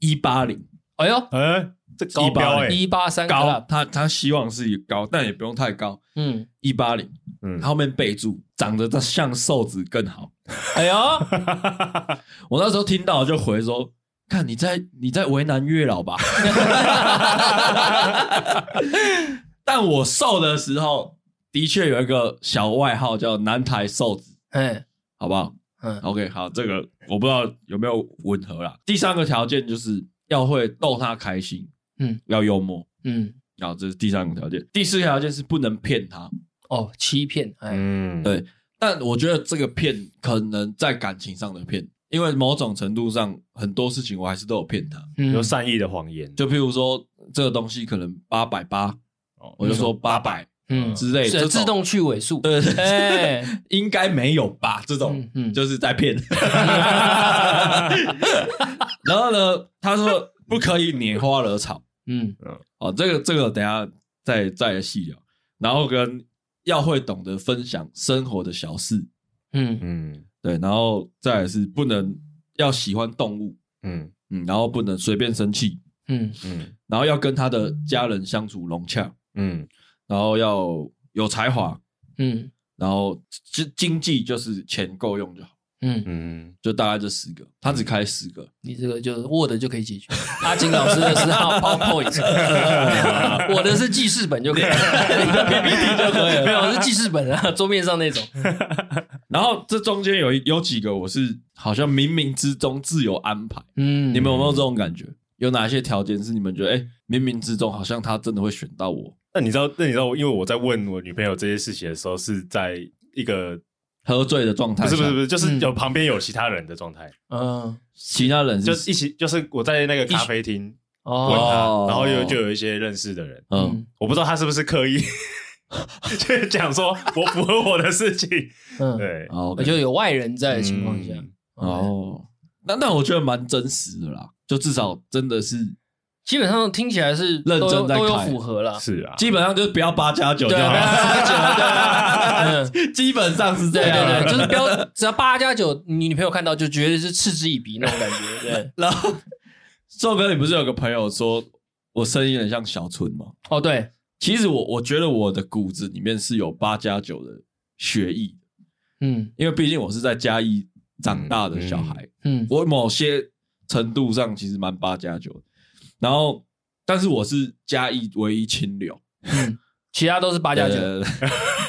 一八零
哎呦
哎，这
一
高
八
标哎，
一八三
高，，她她希望是高，但也不用太高，
嗯，
一八零。
嗯，
后面备注长得像瘦子更好。
哎
*laughs*
呦，
我那时候听到就回说：“看你在你在为难月老吧。” *laughs* 但我瘦的时候，的确有一个小外号叫“南台瘦子
哎，”，
好不好
嗯，
？OK，好，这个我不知道有没有吻合啦。第三个条件就是要会逗他开心，
嗯，
要幽默。
嗯，
然后这是第三个条件，第四个条件是不能骗他。
哦，欺骗，哎，
嗯，
对但我觉得这个骗可能在感情上的骗，因为某种程度上很多事情我还是都有骗他。
嗯
有善意的谎言，
就譬如说这个东西可能八百八，
哦
我就说八百
嗯
之哎类，这
是
种
自动去尾数，
对对对
哎，
*laughs* 应该没有吧？这种
嗯嗯
就是在
*laughs*
骗。 *laughs* 然后呢，他说不可以拈花惹草，
嗯
哦，这个这个等一下再再细聊。然后跟要会懂得分享生活的小事，
嗯。
嗯
对，然后再来是不能要喜欢动物。
嗯
嗯，然后不能随便生气，
嗯
嗯
然后要跟他的家人相处融洽，
嗯
然后要有才华，
嗯
然后经经济就是钱够用就好，
嗯，
嗯，
就大概这十个，他只开十个，
你这个就是 Word 就可以解决。阿金老师的是 *laughs* PowerPoint，我的是记事本就可以了，你的 PPT 就可以了。没有，我是记事本啊，桌面上那种。
然后这中间有一有几个我是好像冥冥之中自有安排，
嗯
你们有没有这种感觉？有哪些条件是你们觉得，哎、冥冥之中好像他真的会选到我？
那你知道，那你知道我，因为我在问我女朋友这些事情的时候，是在一个
喝醉的状态
不
下，
是不是不是，就是
嗯
有旁边有其他人的状态，
嗯，
其他人
就是一起，就是我在那个咖啡厅问
起
哦，
他
哦，
然后有就有一些认识的人，
嗯，
我不知道他是不是刻意 *laughs* 就是讲说我符合我的事情，
嗯，
对，
哦，
就有外人在的情况下，
嗯
哦，那那我觉得蛮真实的啦，就至少真的是
基本上听起来是
认
都有
真在
都有
看
符合了，
是啊，
基本上就是不要八加九就
对啊，
好
不要
了，
八加九，对啊，嗯，
*laughs* 基本上是这
对
样，
对对，就是标只要八加九，你女朋友看到就绝对是嗤之以鼻那种感觉，对，
然后 *laughs* 寿哥，你不是有个朋友说我声音很像小春吗？
哦对，
其实我我觉得我的骨子里面是有八加九的学艺，
嗯
因为毕竟我是在嘉义长大的小孩，
嗯
我某些程度上其实蛮八加九的。然后，但是我是嘉义唯一清流，
嗯，其他都是八
八
加九，
呃 *laughs*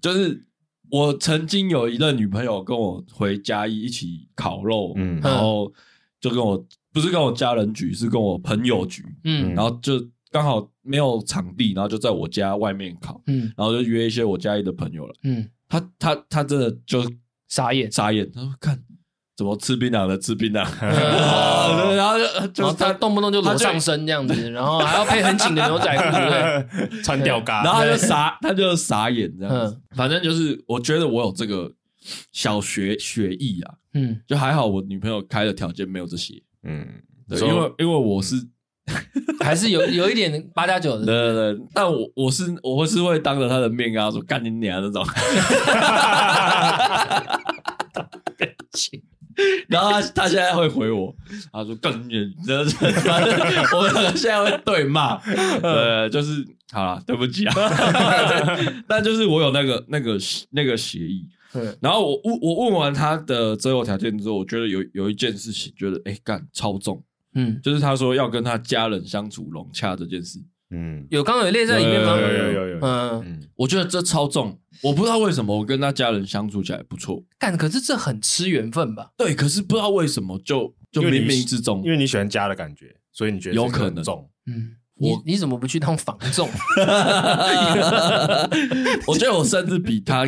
就是我曾经有一任女朋友跟我回嘉义一起烤肉，
嗯
然后就跟我不是跟我家人局，是跟我朋友局，
嗯
然后就刚好没有场地，然后就在我家外面烤，
嗯
然后就约一些我家里的朋友来。
嗯，
他他他真的就
傻眼，
傻眼，他说看怎么吃槟榔的吃槟榔， *laughs*
哦
对然后就 *laughs*
然
就
后
是
哦他
他，
动不动就裸上身这样子，然后还要配很紧的牛仔裤，
*laughs*
对，
穿吊嘎，
然后他就傻，他就傻眼这样子
嗯。
反正就是我觉得我有这个小学学艺啊，
嗯
就还好我女朋友开的条件没有这些，
嗯，
对，
所以
因为因为我是
还是有有一点八加九
对
的，
对对，但我我是我是会当着她的面跟她说干你娘那种，然后他他现在会回我，他说更远，就是反正我们两个现在会对骂，呃，就是好了，对不起啊，但就是我有那个那个那个协议，
嗯
然后我问我问完他的择偶条件之后，我觉得有有一件事情，觉得哎干超重，
嗯，
就是他说要跟他家人相处融洽这件事，
嗯，
有刚刚有列在里面吗
有？有有有有，
嗯，
嗯，
我觉得这超重，我不知道为什么我跟他家人相处起来不错，
干，可是这很吃缘分吧？
对，可是不知道为什么就就
因为
冥
你
冥之中
因为你喜欢家的感觉，所以你觉得
有
这个
可
很
能
重，
嗯，你
我
你怎么不去当房仲？
*laughs* 我觉得我甚至比他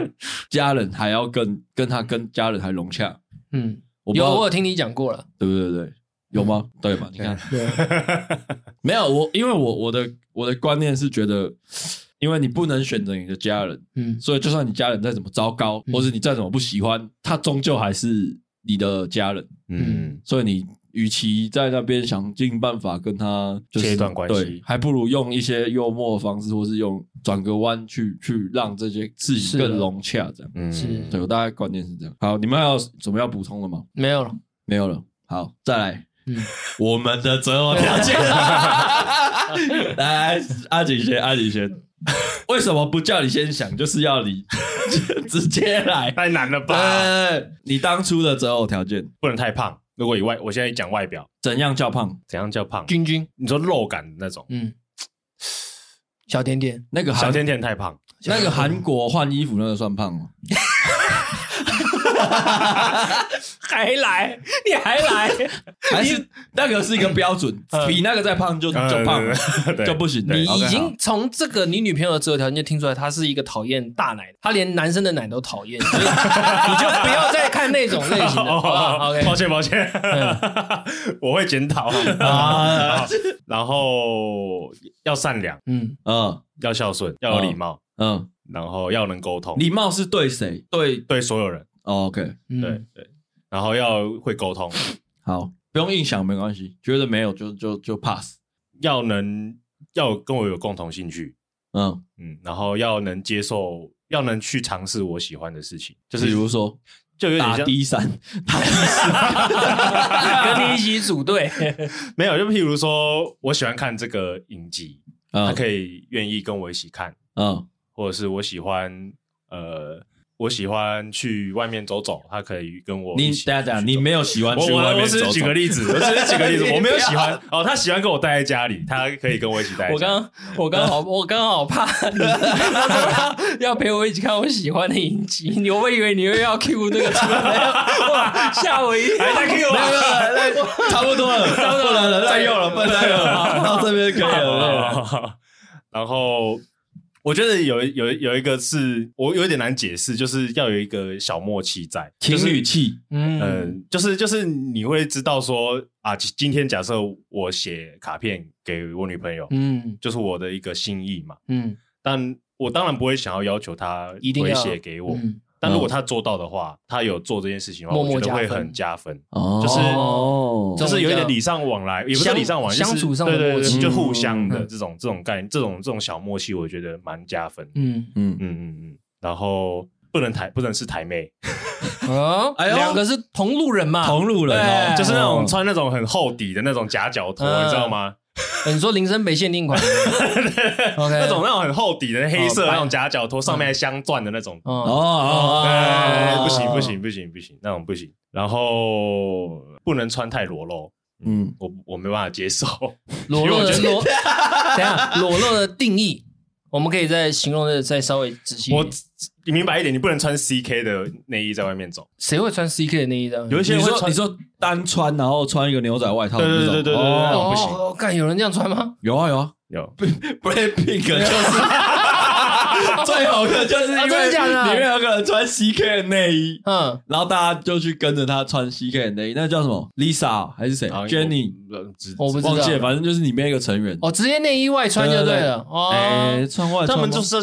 家人还要更跟他跟家人还融洽。
嗯，
我不知
有
道
我有听你讲过了，
对不对对，有吗？对嘛？你看，
对，
没有我，因为我我的我的观念是觉得，因为你不能选择你的家人，
嗯
所以就算你家人再怎么糟糕，
嗯
或是你再怎么不喜欢，他终究还是你的家人。
嗯，
所以你与其在那边想尽办法跟他、就是、
切断关系
对还不如用一些幽默的方式，或是用转个弯去去让这些事
是
情
的
更融洽，这样。
嗯
是
对，我大概观念是这样。好，你们还有什么要补充的吗？
没有了，
没有了。好，再来
嗯，
*laughs* 我们的择偶条件。 *laughs* 来，阿锦先，阿锦先， *laughs* 为什么不叫你先想，就是要你 *laughs* 直接来？
*laughs* 太难了吧？
对，你当初的择偶条件
不能太胖。如果以外，我现在讲外表，
怎样叫胖？
怎样叫胖？
君君，
你说肉感的那种，
嗯，小甜甜，
那个
小
韩
甜甜太胖，
那个韩国换衣服那个算胖
*laughs*
吗？
还来， *laughs* 你还来，
还是那个是一个标
*laughs*
准，比那个再胖就就胖了
嗯呃
*laughs*
对
就不行。
对
你
对 OK，
已
好
经从这个你女朋友的择偶条件听出来，她是一个讨厌大奶 *laughs* 的，她连男生的奶都讨厌，所以你就不要再看那种类
*laughs*
型的，
哦
好不好？OK，嗯
抱歉抱歉， *laughs* 我会检
*laughs*
讨。 *laughs*
啊，
然后要善良，
嗯
嗯
要孝顺，要有礼
哦
貌，
嗯，
然后要能沟通，
礼貌是对谁？对
对所有人，
哦，OK，
嗯，
对对，然后要会沟
*laughs*
通，
好，不用硬想，没关系，觉得没有就就就 pass。
要能要跟我有共同兴趣，
嗯，
嗯，然后要能接受，要能去尝试我喜欢的事情，就
就是比
嗯
如说
就有点
打
像
D 三，
跟你一起组队，
没有，就譬如说我喜欢看这个影集，他
嗯
可以愿意跟我一起看，
嗯
或者是我喜欢呃我喜欢去外面走走，他可以跟我
你
一起
等下等下，
去走
你没有喜欢
我
去
我
外
我
面走
只是
走
举个例子，我只是举个
*laughs*
例子，我没有
你不要
喜欢哦，他喜欢跟我待在家里，他可以跟我一起待在家里。
我刚我刚好我刚好怕你要陪我一起看我喜欢的影集，我以为你又要 Q 那个出来，哇吓我一跳！
*laughs* 还在 Q
没有没
我。
有没有那差不多
*laughs*
了，差不多了，再用了，不能再用了，到这边可以了。对
*laughs* 然后我觉得有有有一个是我有点难解释，就是要有一个小默契在，就
情
是
侣气，
嗯，
嗯，就是就是你会知道说啊，今今天假设我写卡片给我女朋友，
嗯
就是我的一个心意嘛，
嗯，
但我当然不会想要要求她
一定
回
要
写给我，
嗯
但如果她做到的话，她有做这件事情的话，
默默
我觉得会
加分
很加分。
哦
这
就是就是有一点
叫
礼尚往来，也不是
相
礼尚往来，就是
相处上的
对对
默
对
契
就互相的
嗯
这种这种概念，这种这种小默契，我觉得蛮加分。嗯
嗯
嗯，
嗯嗯。然后不能台不能是台妹， *laughs*
啊，
哎呦
两个是同路人嘛，
同路人哦，
对
就是那种穿那种很厚底的那种夹脚拖，
哎嗯
你知道吗？
呃你说林森北限定
*laughs*
款，OK，
那种那种很厚底的黑
嗯哦
色
白
那种夹脚拖，上面还镶钻的那种。
哦
哦，
哦哦，
哎，
哦
不行不行不行不行，那种不行。然后不能穿太裸露，
嗯，
我我没办法接受。
裸露
我
的
觉得
裸， *laughs* 等一下裸露的定义，我们可以再形容的再稍微仔细一
我
点。
你明白一点，你不能穿 CK 的内衣在外面走。
谁会穿 CK 的内衣的？
有一些
你
人会
说
穿
你说单穿，然后穿一个牛仔外套的那种，
对对对对对
哦
对对
哦
不行
哦，干有人这样穿吗？
有啊有啊
有，
，Blackpink *laughs* 就是。最红的就是因
啊
为
真的假的
里面有个人穿 CK 的内衣，
嗯，
然后大家就去跟着他穿 CK 的内衣，那叫什么？Lisa 还是谁
然后
？Jenny
啊我呃只
我不知道
忘记了，反正就是里面一个成员。
哦，直接内衣外穿就对了。
哎、
哦，
穿外
他
穿
们
吗
就是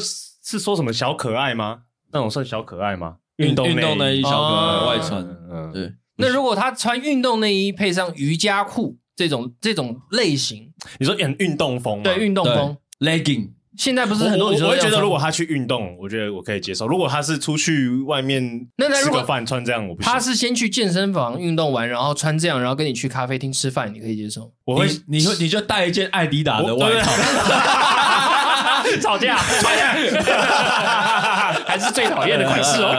是说什么小可爱吗？那种算小可爱吗？
运
动
运动内衣小可爱、
哦
外穿，
嗯，嗯
对，
那如果他穿运动内衣配上瑜伽裤这种这种类型，
你说演运动风吗？
对运动风，
legging
现在不是
我
很多
我
女生
嗯我会
都这
觉
样
得，
穿
如果他去运动，我觉得我可以接受。如果他是出去外面
那那如
吃
果
个饭穿这样，我不行。
他是先去健身房运动完，然后穿这样，然后跟你去咖啡厅吃饭，你可以接受？
我会
你你会你就带一件艾迪达的
我对
外套，
*laughs* 吵架，
*laughs* 还是最讨厌的款式哦。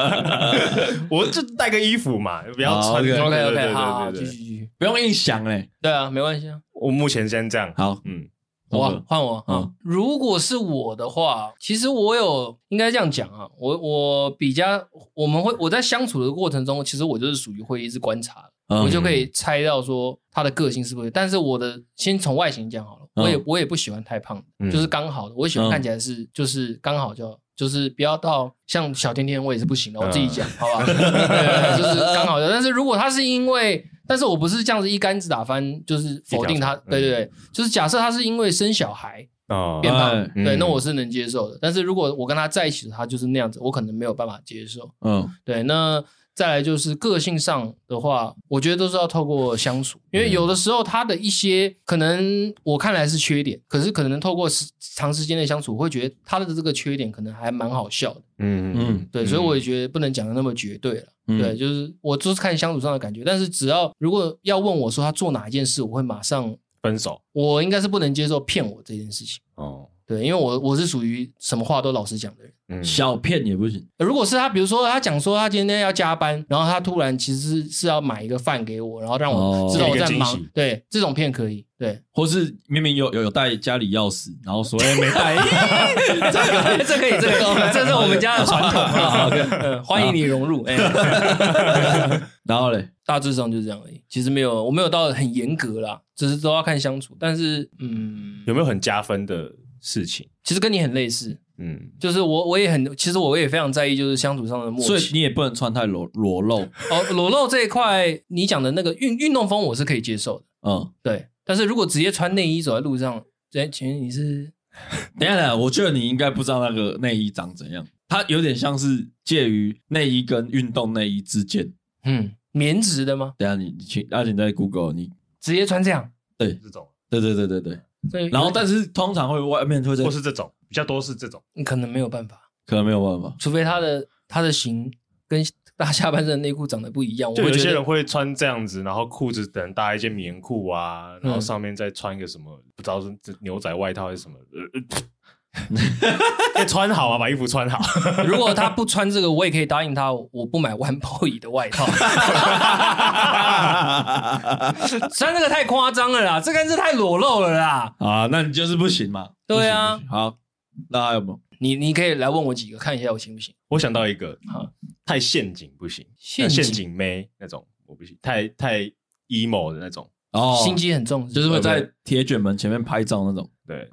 *laughs* 我就带个衣服嘛，不要
好
穿。
OK，OK，OK，
OK
对
OK，
对
好好，
对
继
对
续
对。
继续。
不用硬想嘞。
对啊，没关系啊。
我目前先这样。
好，
嗯，
我换我啊、
嗯
如果是我的话，其实我有应该这样讲啊，我我比较我们会我在相处的过程中，其实我就是属于会一直观察的，
我
我就可
嗯
以猜到说他的个性是不是。但是我的先从外形讲好了，我也、
嗯
我也不喜欢太胖的，
嗯
就是刚好的，我喜欢
嗯
看起来是、就是刚好就好。就是不要到像小甜甜，我也是不行的，我
嗯
自己讲，好吧？ *laughs* 对就是刚好的。但是如果他是因为，但是我不是这样子一竿子打翻，就是否定他
一条。嗯
对对对，就是假设他是因为生小孩
哦
变胖
哎，
对，
嗯
那我是能接受的。但是如果我跟他在一起的他就是那样子，我可能没有办法接受。
嗯
对，那再来就是个性上的话，我觉得都是要透过相处，因为
嗯
有的时候他的一些可能我看来是缺点，可是可能透过时长时间的相处，我会觉得他的这个缺点可能还蛮好笑的。
嗯
嗯
对，所以我也觉得不能讲的那么绝对了。
嗯
对，就是我就是看相处上的感觉，但是只要如果要问我说他做哪一件事，我会马上，
分手。
我应该是不能接受骗我这件事情。
哦，
对，因为我我是属于什么话都老实讲的人。
嗯
小片也不行，
如果是他，比如说他讲说他今天要加班，然后他突然其实是是要买一个饭给我，然后让
哦
我知道我在
给一个
忙
惊喜，
对，这种片可以，对，
或是明明有有有带家里钥匙，然后
*laughs*
说哎没带， *laughs*
这个这可以，这个 *laughs* 这是我们家的传统
好，OK
嗯 *laughs* 欢迎你融入。哎，
然后嘞，
大致上就是这样而已，其实没有，我没有到很严格啦，只是都要看相处。但是，嗯，
有没有很加分的事情？
其实跟你很类似，
嗯，
就是我我也很，其实我也非常在意就是相处上的默
所以
契。
你也不能穿太裸裸露，
哦，裸露这一块，你讲的那个运运动风我是可以接受的。
嗯。
对，但是如果直接穿内衣走在路上，哎，请问你是
等一下，等一下，我觉得你应该不知道那个内衣长怎样，它有点像是介于内衣跟运动内衣之间。
嗯棉质的吗？
等一下你你去，阿、啊、你在 Google，你
直接穿这样？
这种
对对对对对。
所以
然后，但是通常会外面会在
或，是这种比较多是这种。
你可能没有办法，
可能没有办
*laughs*
法。
除非他的他的型跟大下半身的内裤长得不一样，我
就
会
有
觉
些
得
人会穿这样子，然后裤子等搭一件棉
嗯
裤啊，然后上面再穿一个什么，不知道是牛仔外套还是什么，呃
*laughs*
哎穿好啊，把衣服穿好。 *laughs*
如果他不穿这个，我也可以答应他，我不买万包椅的外套。 *laughs* 穿这个太夸张了啦，这个是太裸露了啦。
啊，那你就是不行嘛。
对啊
不行，不行好，那还有没有？
你你可以来问我几个，看一下我行不行？
我想到一个
好，
太陷阱不行，呃
陷阱
陷阱妹那种我不行，太太 emo 的那种，
哦
心机很重，
就是会在铁卷门前面拍照那种。
对，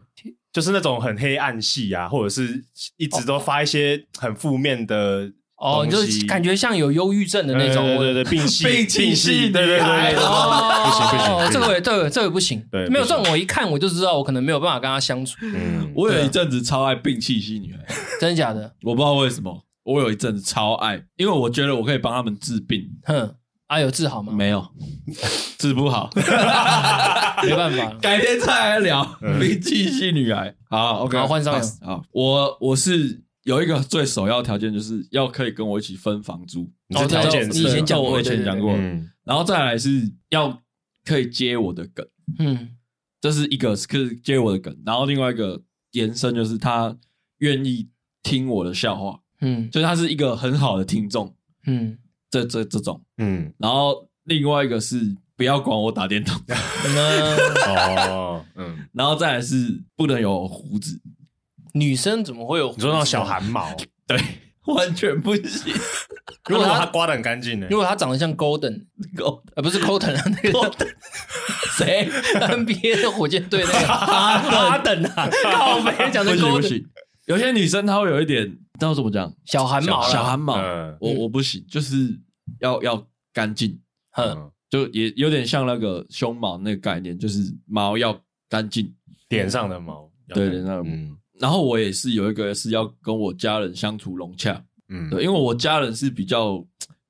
就是那种很黑暗系啊，或者是一直都发一些很负面的
哦，你
东
就是
西
感觉像有忧郁症的那种。
对
我 *laughs*
对对，对病系
病情系
对对对对，
女
对
哦，
*laughs* 不行不行
哦
不行
这个也对，这个也不行。
对
没有
不行
这种，我一看我就知道我可能没有办法跟他相处，
嗯，
我
啊
有一阵子超爱病气息女孩，
真的假的？
我不知道为什么，我有一阵子超爱，因为我觉得我可以帮他们治病，
哼，啊，有治好吗？
没有治不
*laughs*
好，
没办法，
改天再来聊
嗯
病气息女孩。好，OK，
好换上
pass 好，我我是有一个最首要条件，就是要可以跟我一起分房租，
你这条件
哦
是
你以前讲过
我以前讲过，
嗯
然后再来是要可以接我的梗。
嗯，
这是一个是接我的梗，然后另外一个延伸就是他愿意听我的笑话，
嗯
就是他是一个很好的听众，
嗯，
这这这种。
嗯
然后另外一个是不要管我打电动， *laughs*
那
哦嗯，
然后再来是不能有胡子，
女生怎么会有？
你说那种小，汗 *laughs* 毛，
对， *laughs* 完全不行。
如果
那它
她
刮的很干净呢
如，果她长得像 Golden，
狗
呃，不是 Golden，啊那个 *laughs*
谁？
NBA 的火箭队
*laughs*
那个哈登啊，靠北讲
不
的
行不
Golden
行，有些女生她会有一点，那我怎么讲？
小汗毛啦
小汗毛， *laughs*
嗯
我我不行，就是要要干净。
哼，
嗯
就也有点像那个胸毛那个概念，就是毛要干净。
脸上的毛，
对脸上的毛
嗯
然后我也是有一个是要跟我家人相处融洽，
嗯，
对，因为我家人是比较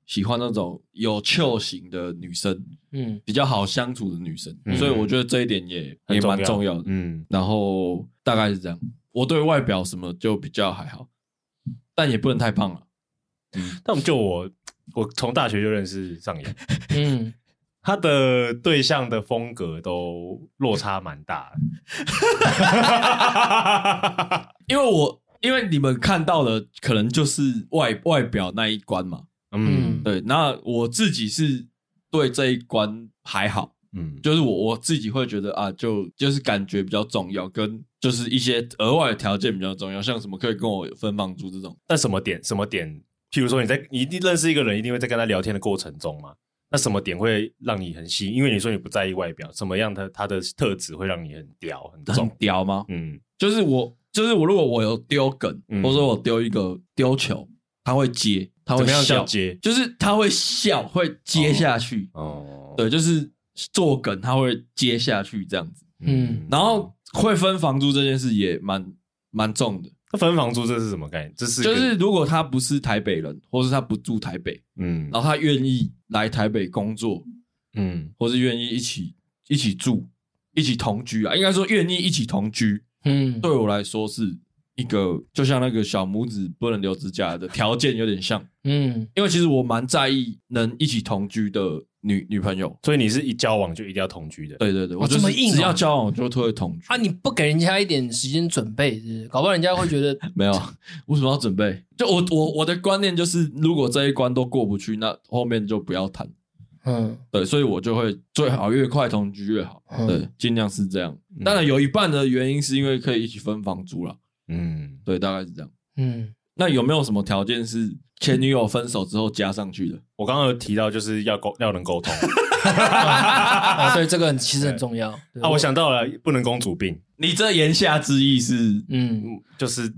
喜欢那种有俏型的女生，
嗯，
比较好相处的女生，
嗯
所以我觉得这一点也
很
也
重要
蛮重要的。
嗯
然后大概是这样，我对外表什么就比较还好，但也不能太胖了。
但就我，我从大学就认识上野，
嗯，
他的对象的风格都落差蛮大的。
因为我因为你们看到的可能就是外外表那一关嘛，
嗯
嗯
对，那我自己是对这一关还好，
嗯，
就是我我自己会觉得啊，就就是感觉比较重要，跟就是一些额外的条件比较重要，像什么可以跟我分房租这种，
那什么点什么点？譬如说你在你一定认识一个人，一定会在跟他聊天的过程中嘛。那什么点会让你很吸引？因为你说你不在意外表，什么样他他的特质会让你很屌很
很
重？
屌吗？
嗯
就是我就是我，如果我有丢梗，
嗯
或者说我丢一个丢球，他会接，他会
怎么样
笑
叫，接
就是他会笑，会接下去，
哦，
对，就是做梗他会接下去这样子，
嗯
然
哦
后会分房租这件事也蛮蛮重的。
那分房租这是什么概念？这是一个
就是如果他不是台北人，或是他不住台北，
嗯
然后他愿意来台北工作，
嗯
或是愿意一起一起住、一起同居啊，应该说愿意一起同居，
嗯，
对我来说是一个就像那个小拇指不能留指甲的条件有点像，
嗯
因为其实我蛮在意能一起同居的女女朋友。
所以你是一交往就一定要同居的，
对对对，
哦
我就
这么
是
硬哦
只要交往我就会同居
啊，你不给人家一点时间准备，是不是搞不好人家会觉
*laughs*
得
没有，为什么要准备？就我我我的观念就是，如果这一关都过不去，那后面就不要谈。
嗯
对，所以我就会最好越快同居越好，
嗯
对，尽量是这样。当然有一半的原因是因为可以一起分房租啦，
嗯，
对，大概是这样。
嗯 *laughs*
那有没有什么条件是前女友分手之后加上去的？
我刚刚有提到就是要沟要
*laughs*
能沟通
啊，对，这个其实很重要
啊，我想到了不能公主病，
你这言下之意是
嗯，
嗯
*laughs*
就是，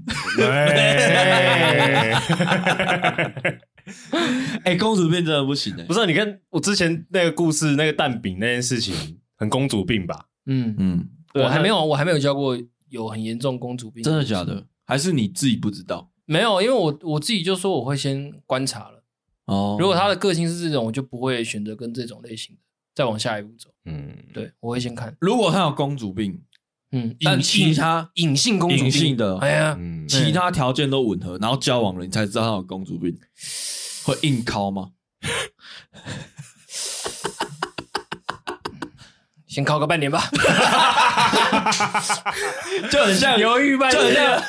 哎、公主病真的不行哎、
不是你看我之前那个故事那个蛋饼那件事情很公主病吧？
嗯，
嗯，
我还没有，我还没有交过有很严重公主病，
真的假的？还是你自己不知道？
没有，因为我我自己就说我会先观察了，
哦，
如果他的个性是这种，我就不会选择跟这种类型的再往下一步走。
嗯，
对，我会先看，
如果他有公主病，
嗯，
但
隐
其
性
他
隐性公主病
隐性的
哎呀，
嗯
其他条件都吻合，然后交往了，你才知道他有公主病，会硬靠吗？ *laughs*
先考个半年吧，
就 *laughs* 很像，
*laughs* 犹豫半
就很
天
像。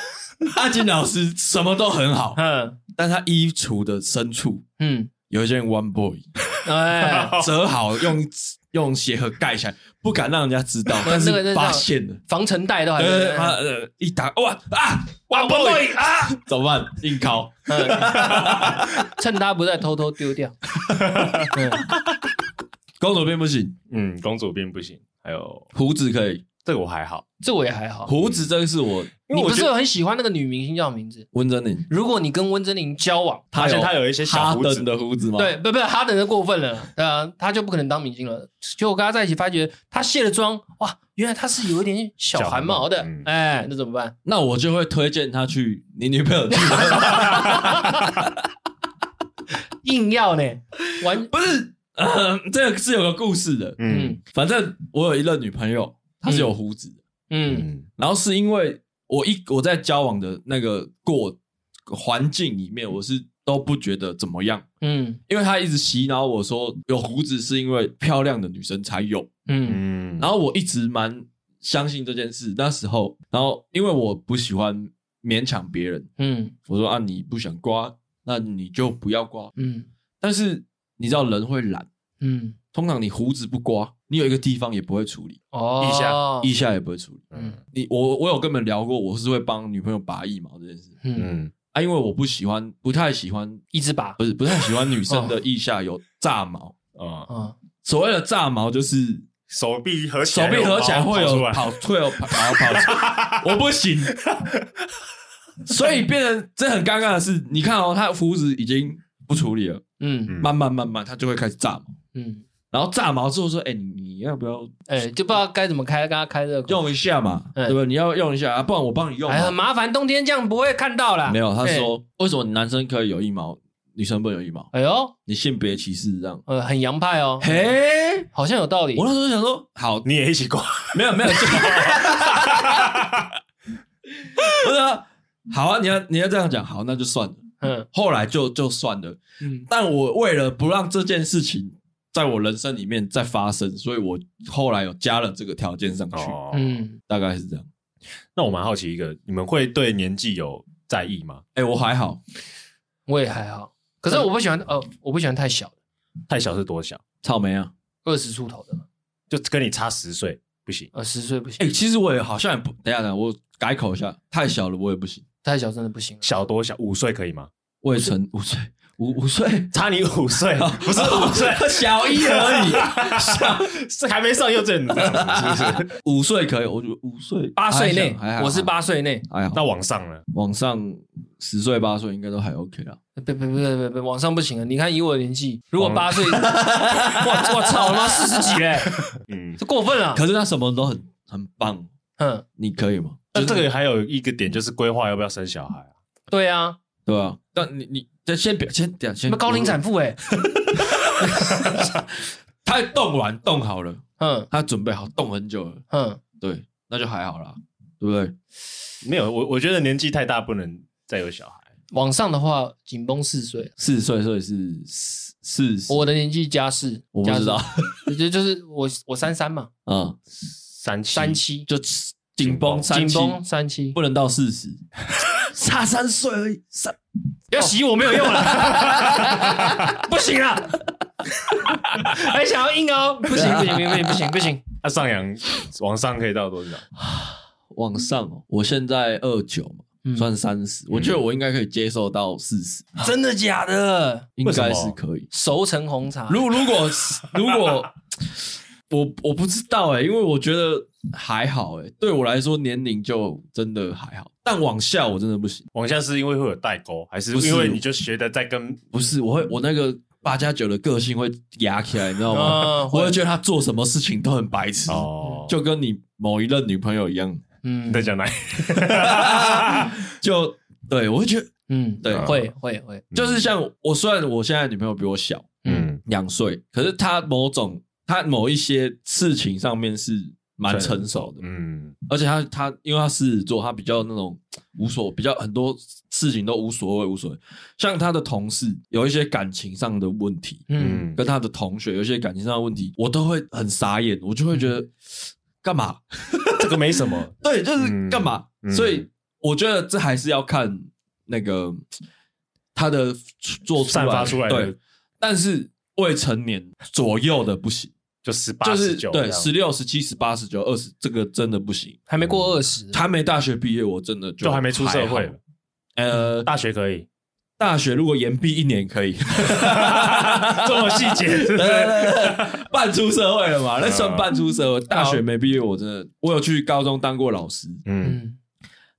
阿金老师什么都很好， *laughs*
嗯
但他衣橱的深处
嗯，
有一件 One Boy， *laughs*
哎，
折好用用鞋盒盖起来，不敢让人家知道，但
那个
是
那
发
个
现了。
防尘袋都还
呃，
没
他呃一打哇啊，One Boy 啊， *laughs* 怎么办？硬靠，
嗯 *laughs* 趁他不在偷偷丢
*laughs*
掉。嗯
公主病不行，
嗯，公主病不行。还有
胡子可以，
这个我还好，
这我也还好。
胡子这个是我
因为
你不
我觉
是
得
很喜欢那个女明星叫什么名字？
温真菱，
如果你跟温真菱交往，
发现
有
他有一些小
哈
胡子
登，的胡子吗？
对，不不，哈登的过分了，对啊，他就不可能当明星了。就我跟他在一起，发觉他卸了妆，哇，原来他是有一点小汗毛的
小汗毛嗯，
哎，那怎么办？
那我就会推荐他去你女朋友去哪里
硬要呢，完，
不是，呃这个是有个故事的。
嗯
嗯
反正我有一任女朋友，她是有胡子的，
嗯
嗯
然后是因为我一我在交往的那个过环境里面，我是都不觉得怎么样，
嗯
因为她一直洗脑我说有胡子是因为漂亮的女生才有，
嗯
嗯，
然后我一直蛮相信这件事。那时候，然后因为我不喜欢勉强别人，
嗯
我说啊你不想刮，那你就不要刮。
嗯
但是你知道人会懒，
嗯，
通常你胡子不刮，你有一个地方也不会处理，
哦，
腋下
腋下也不会处理。
嗯
你我我有跟你们聊过，我是会帮女朋友拔腋毛这件事
嗯，
嗯
啊，因为我不喜欢，不太喜欢，
一只拔
不，是不太喜欢女生的腋下有炸毛。
啊，
啊，
所谓的炸毛就是
手臂合起
手
来
臂合起来会有
毛跑出来
跑，会有跑跑跑出，我不行。所以变成这很尴尬的是，你看哦，他的胡子已经不处理了，
嗯
嗯
慢慢慢慢，他就会开始炸毛。
嗯，
然后炸毛之后说：“哎、你你要不要
哎，就不知道该怎么开，跟他开这个口，
用一下嘛？
嗯
对不对？你要用一下啊，不然我帮你用嘛。
哎，很麻烦，冬天这样不会看到啦。
没有，他
哎，
说为什么男生可以有一毛，女生不能有一毛？
哎呦，
你性别歧视这样？
呃，很洋派哦，
嘿，
好像有道理
我。那时候想说，好，
你也一起挂，
没有没有，就 *laughs* 不是啊，好啊，你要你要这样讲，好，那就算了。
嗯
后来就就算了，
嗯
但我为了不让这件事情在我人生里面再发生，所以我后来有加了这个条件上去，
哦，
嗯，
大概是这样。
那我蛮好奇一个，你们会对年纪有在意吗？
哎、我还好，
我也还好，可是我不喜欢，呃，我不喜欢太小的，
太小是多小？
草莓啊，
二十出头的，
就跟你差十岁不行，
呃，十岁不行
哎、，其实我也好像也不，等一下等一下，我改口一下，太小了我也不行，
太小真的不行。
小多小？五岁可以吗？，
我也成五岁，五五岁
差你五岁，不是五 *laughs* 岁，
小一而已，
是还没上幼稚园呢，是不是？
五岁可以，我觉得五岁
八岁内
还好，
我是，八岁内，
还好还好，
*laughs* 那往上呢？
往上十岁八岁应该都还 OK 啦。
别别别别别，往上不行了。你看以我的年纪，如果
往
八岁， *laughs* 我我操他妈四十
*laughs*
几嘞，
嗯，
这过分了。
可是他什么都很很棒，
嗯，
你可以吗？
那这个还有一个点就是规划要不要生小孩啊？
对啊，
对吧？但你你先先别先等一下
什
先
么高龄产，妇哎，
他动完动好了，
嗯
他准备好动很久了，
嗯，
对，那就还好啦，对不对？
没有，我我觉得年纪太大不能再有小孩。
往上的话紧绷四岁，
四岁所以是四四十，
我的年纪加四，
我不知道
加四，就就是我我三三嘛，
嗯，
三七
三七
就紧绷三
紧
七，
绷三七，
不能到四十，差 *laughs* 三岁而已，三
要洗我没有 *laughs* 用了，不行啊！还哎想要硬凹，不行不行不行不行不行，
那、啊上扬往上可以到多少？
往上哦，我现在二九嘛，
嗯
算三十，我觉得我应该可以接受到四十，
真的假的？
应该是可以。
熟成红茶，
如如果如果我我不知道哎、因为我觉得还好哎、对我来说年龄就真的还好，但往下我真的不行。
往下是因为会有代沟，还是
不是
因为你就觉得在跟
不是，我会我那个八加九的个性会压起来，你知道吗？
嗯会
我啊会觉得他做什么事情都很白痴，
哦就
就跟你某一任女朋友一样，
嗯
你在讲哪？
就对我会觉得
嗯，
对
会会会，
*laughs* 就是像我，虽然我现在女朋友比我小
嗯
嗯
两岁，可是她某种她某一些事情上面是蛮成熟的，
嗯
而且她她因为她狮子座，她比较那种无所比较很多事情都无所谓无所谓。像她的同事有一些感情上的问题，
嗯，
跟她的同学有一些感情上的问题，我都会很傻眼，我就会觉得干嘛？
这个没什么，
对，就是干嘛？
嗯嗯
所以我觉得这还是要看那个他的做出
散发出来的
对，但是未成年左右的不行，
就十八
就是
十九
对十六、十七、十八、十九、二十，这个真的不行。
还没过二十，
还没大学毕业，我真的就
就还没出
还
社会
好。，呃，
大学
*laughs*
可以
大学如果延毕一年可以， *laughs*
这么细节，是
对对
不是？
对对，半出社会了
嗯
嘛，那算半出社会。大学没毕业，我真的，我有去高中当过老师，
嗯
嗯，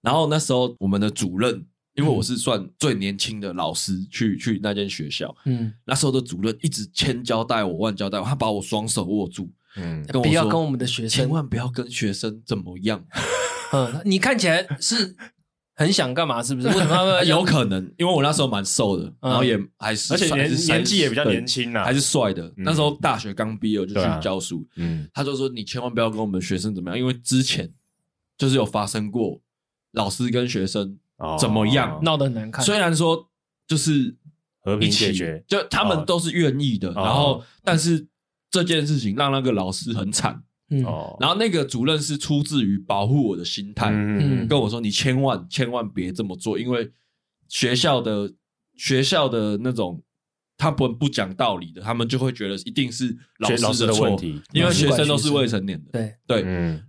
然后那时候我们的主任，因为我是算最年轻的老师去去那间学校，
嗯，
那时候的主任一直千交代我万交代我，他把我双手握住，
嗯，
跟我
不要
说
跟我们的学
千
生，
万不要跟学生怎么
*laughs*
样，
嗯，你看起来是很想干嘛，是不是？为什么他们
*laughs* 有可能，因为我那时候蛮瘦的，然后也还是，
嗯而且
还
年
是
年纪也比较
对
年轻啊啦
还，是帅的。那时候大学刚毕业我就
对
去
啊
教书，
嗯，
他就说你千万不要跟我们学生怎么样，因为之前就是有发生过老师跟学生
哦
怎么样
闹得很难看？
虽然说就是
和
一
平解
起
决，
就他们
哦
都是愿意的，
哦
然后但是这件事情让那个老师很惨，
嗯，
哦，
然后那个主任是出自于保护我的心态，
嗯
嗯
跟我说你千万千万别这么做，因为学校的学校的那种。他们不讲道理的，他们就会觉得一定是老
老
师
师的
错
问题
因为
老师
学
管
生
学
都是
生
未成年的。
对，
对，
嗯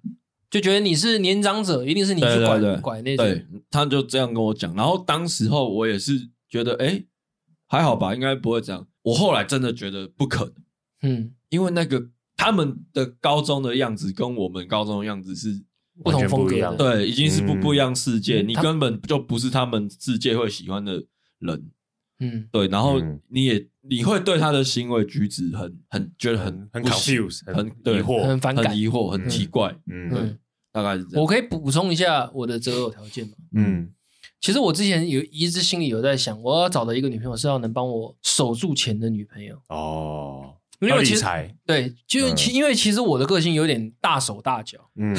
就觉得你是年长者，一定是你
对
去
对
管
对
管那种
对，他就这样跟我讲。然后当时候我也是觉得，哎、还好吧，应该不会这样。我后来真的觉得不可能，
嗯
因为那个他们的高中的样子跟我们高中的样子是，
不同风格
完全不一
的
样，
对，已经是不
嗯
不一样世界，
嗯
你
他
根本就不是他们世界会喜欢的人。
嗯，
对，然后
嗯
你也你会对他的行为举止很很觉得很
很
不喜
confused，
很
很
对
疑惑
很，反感
很。疑惑，很奇怪，
嗯
对大概是这样。
我可以补充一下我的择偶条件吗？
嗯
其实我之前有一直心里有在想，我要找的一个女朋友是要能帮我守住钱的女朋友，
哦，
因为
要
我
理
其实
财，
对，就
嗯
其、因为其实我的个性有点大手大脚，
嗯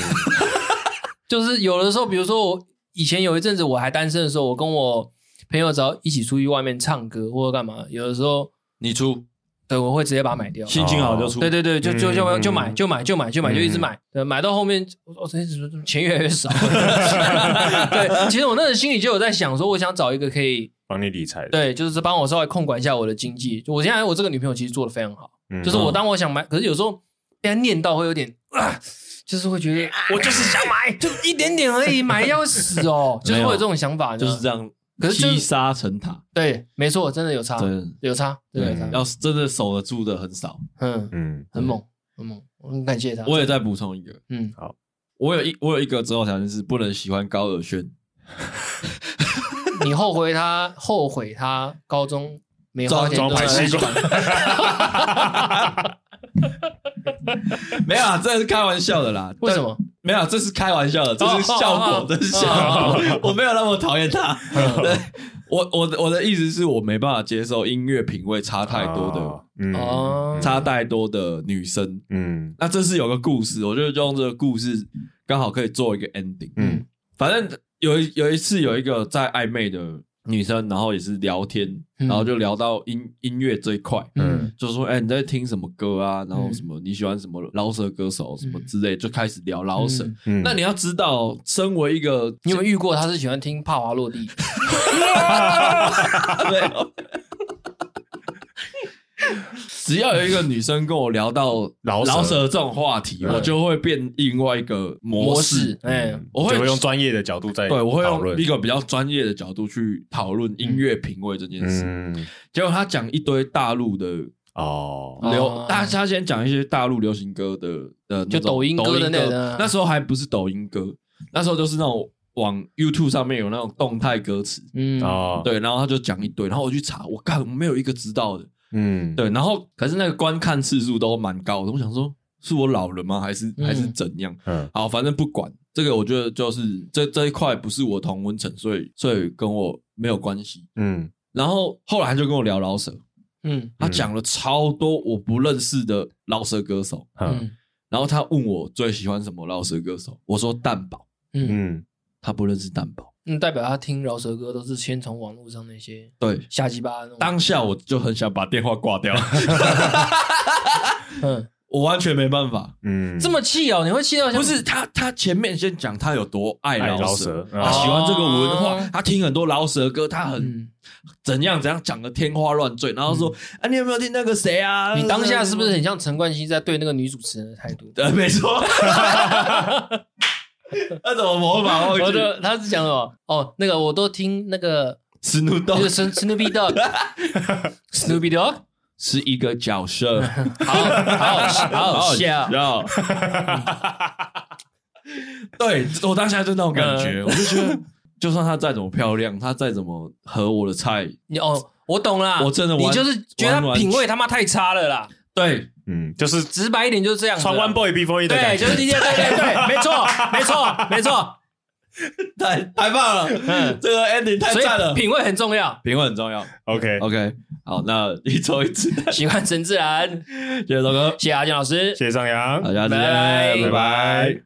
就是有的时候，比如说我以前有一阵子我还单身的时候，我跟我朋友只要一起出去外面唱歌或者干嘛，有的时候
你出，
对我会直接把它买掉。
心情好就出，
哦对对对，就就就
嗯
就买就买就买就买，就一直买，对，买到后面，我我真是钱越来越少。对，其实我那时心里就有在想说，我想找一个可以
帮你理财的，
对，就是帮我稍微控管一下我的经济。就我现在我这个女朋友其实做的非常好，
嗯
就是我当我想买，可是有时候被她念到会有点，啊、就是会觉得
我就是想买，
就一点点而已，买要死哦，就是会有这种想法，
就是这
样。
样，
可是就是啊
积沙成塔，
对，没错，真的有差，
真的
有差，真的有
对
差，，
要是真的守得住的很少。
嗯，
嗯
很猛，很猛，我很感谢他。
我也再补充一个，
嗯，
我有一我有一个择偶条件是不能喜欢高尔宣， *laughs*
你后悔他后悔他高中没花钱
装
做
白
这
西
个
瓜，
*laughs*
没有啊，这是开玩笑的啦。
为什么？
但？没有，啊这是开玩笑的，这是效
哦哦哦
果，这是效果。 *laughs* 我没有那么讨厌他。
嗯
对，我我的我的意思是我没办法接受音乐品味差太多的
哦嗯
哦
差太多的女生。
嗯
那这是有个故事，我觉得就用这个故事刚好可以做一个 ending。
嗯
反正有一有一次有一个在暧昧的女生，然后也是聊天，
嗯
然后就聊到音音乐这一块，
嗯
就说哎、你在听什么歌啊？然后什么你喜欢什么饶舌歌手什么之类，就开始聊饶舌。
嗯
嗯
那你要知道，身为一个
你有没有遇过他是喜欢听帕华落地？
没有只要有一个女生跟我聊到
饶舌
饶舌这种话题，
嗯
我就会变另外一个模
模
式
式，。哎，
我会
就用专业的角度在
对，我会
讨
用
论
一个比较专业的角度去讨论音乐品味这件事。
嗯
结果他讲一堆大陆的
哦
流，
哦
大家先讲一些大陆流行歌的呃的那种，
就抖音歌的那
抖音
个
那时候还不是抖音歌，那时候就是那种往 YouTube 上面有那种动态歌词，
嗯，
哦
对，然后他就讲一堆，然后我去查，我干，我没有一个知道的，
嗯
对，然后可是那个观看次数都蛮高的，我想说是我老了吗？还是还是
嗯
怎样？
嗯
好，反正不管这个，我觉得就是这这一块不是我同温层，所以所以跟我没有关系。
嗯
然后后来他就跟我聊老舍，
嗯
他讲了超多我不认识的老舍歌手，
嗯
嗯
然后他问我最喜欢什么老舍歌手，我说蛋堡，
嗯
嗯
他不认识蛋堡。
嗯，代表他听饶舌歌都是先从网络上那些
对，
下鸡巴那种，
当下我就很想把电话挂掉，
嗯
*laughs* 我完全没办法。
嗯，
这么气哦，你会气到像
不是他，他前面先讲他有多爱
爱
饶
饶
舌
舌，
他喜欢这个文化
哦，
他听很多饶舌歌，他很
嗯
怎样怎样讲的天花乱坠，然后说啊，你有没有听那个谁啊？
你当下是不是很像陈冠希在对那个女主持人的态度？
呃，没错。那怎么模仿？
我
我就
哦就他是讲什么？哦，那个我都听那个
史努豆
就是 Snoopy *laughs* Dog，Snoopy Dog，
是一个角色，
*laughs* 好好
*laughs*
好好笑， *laughs*
笑。对我当下就那种感
嗯
觉，我就觉得，就算她再怎么漂亮，她再怎么合我的菜，
你哦，我懂啦，
我真的完
你就是觉得
完
他
完
品味他妈太差了啦，
对
嗯，就是
直白一点就是这样子啦。啊
穿 One Boy B Boy 的
对，
感
就
觉
是对对对对，
*laughs*
没错没错没错，
太太棒了，
嗯
这个 ending 太
所
赞
以
了，
品味很重要。
评论很重要。
OK，
OK，好，那一周一 *laughs* 次，
喜欢陈自然，
谢谢周哥，
谢谢阿健老师，
哎
谢谢张扬，
大家再
拜
见，拜
拜
拜。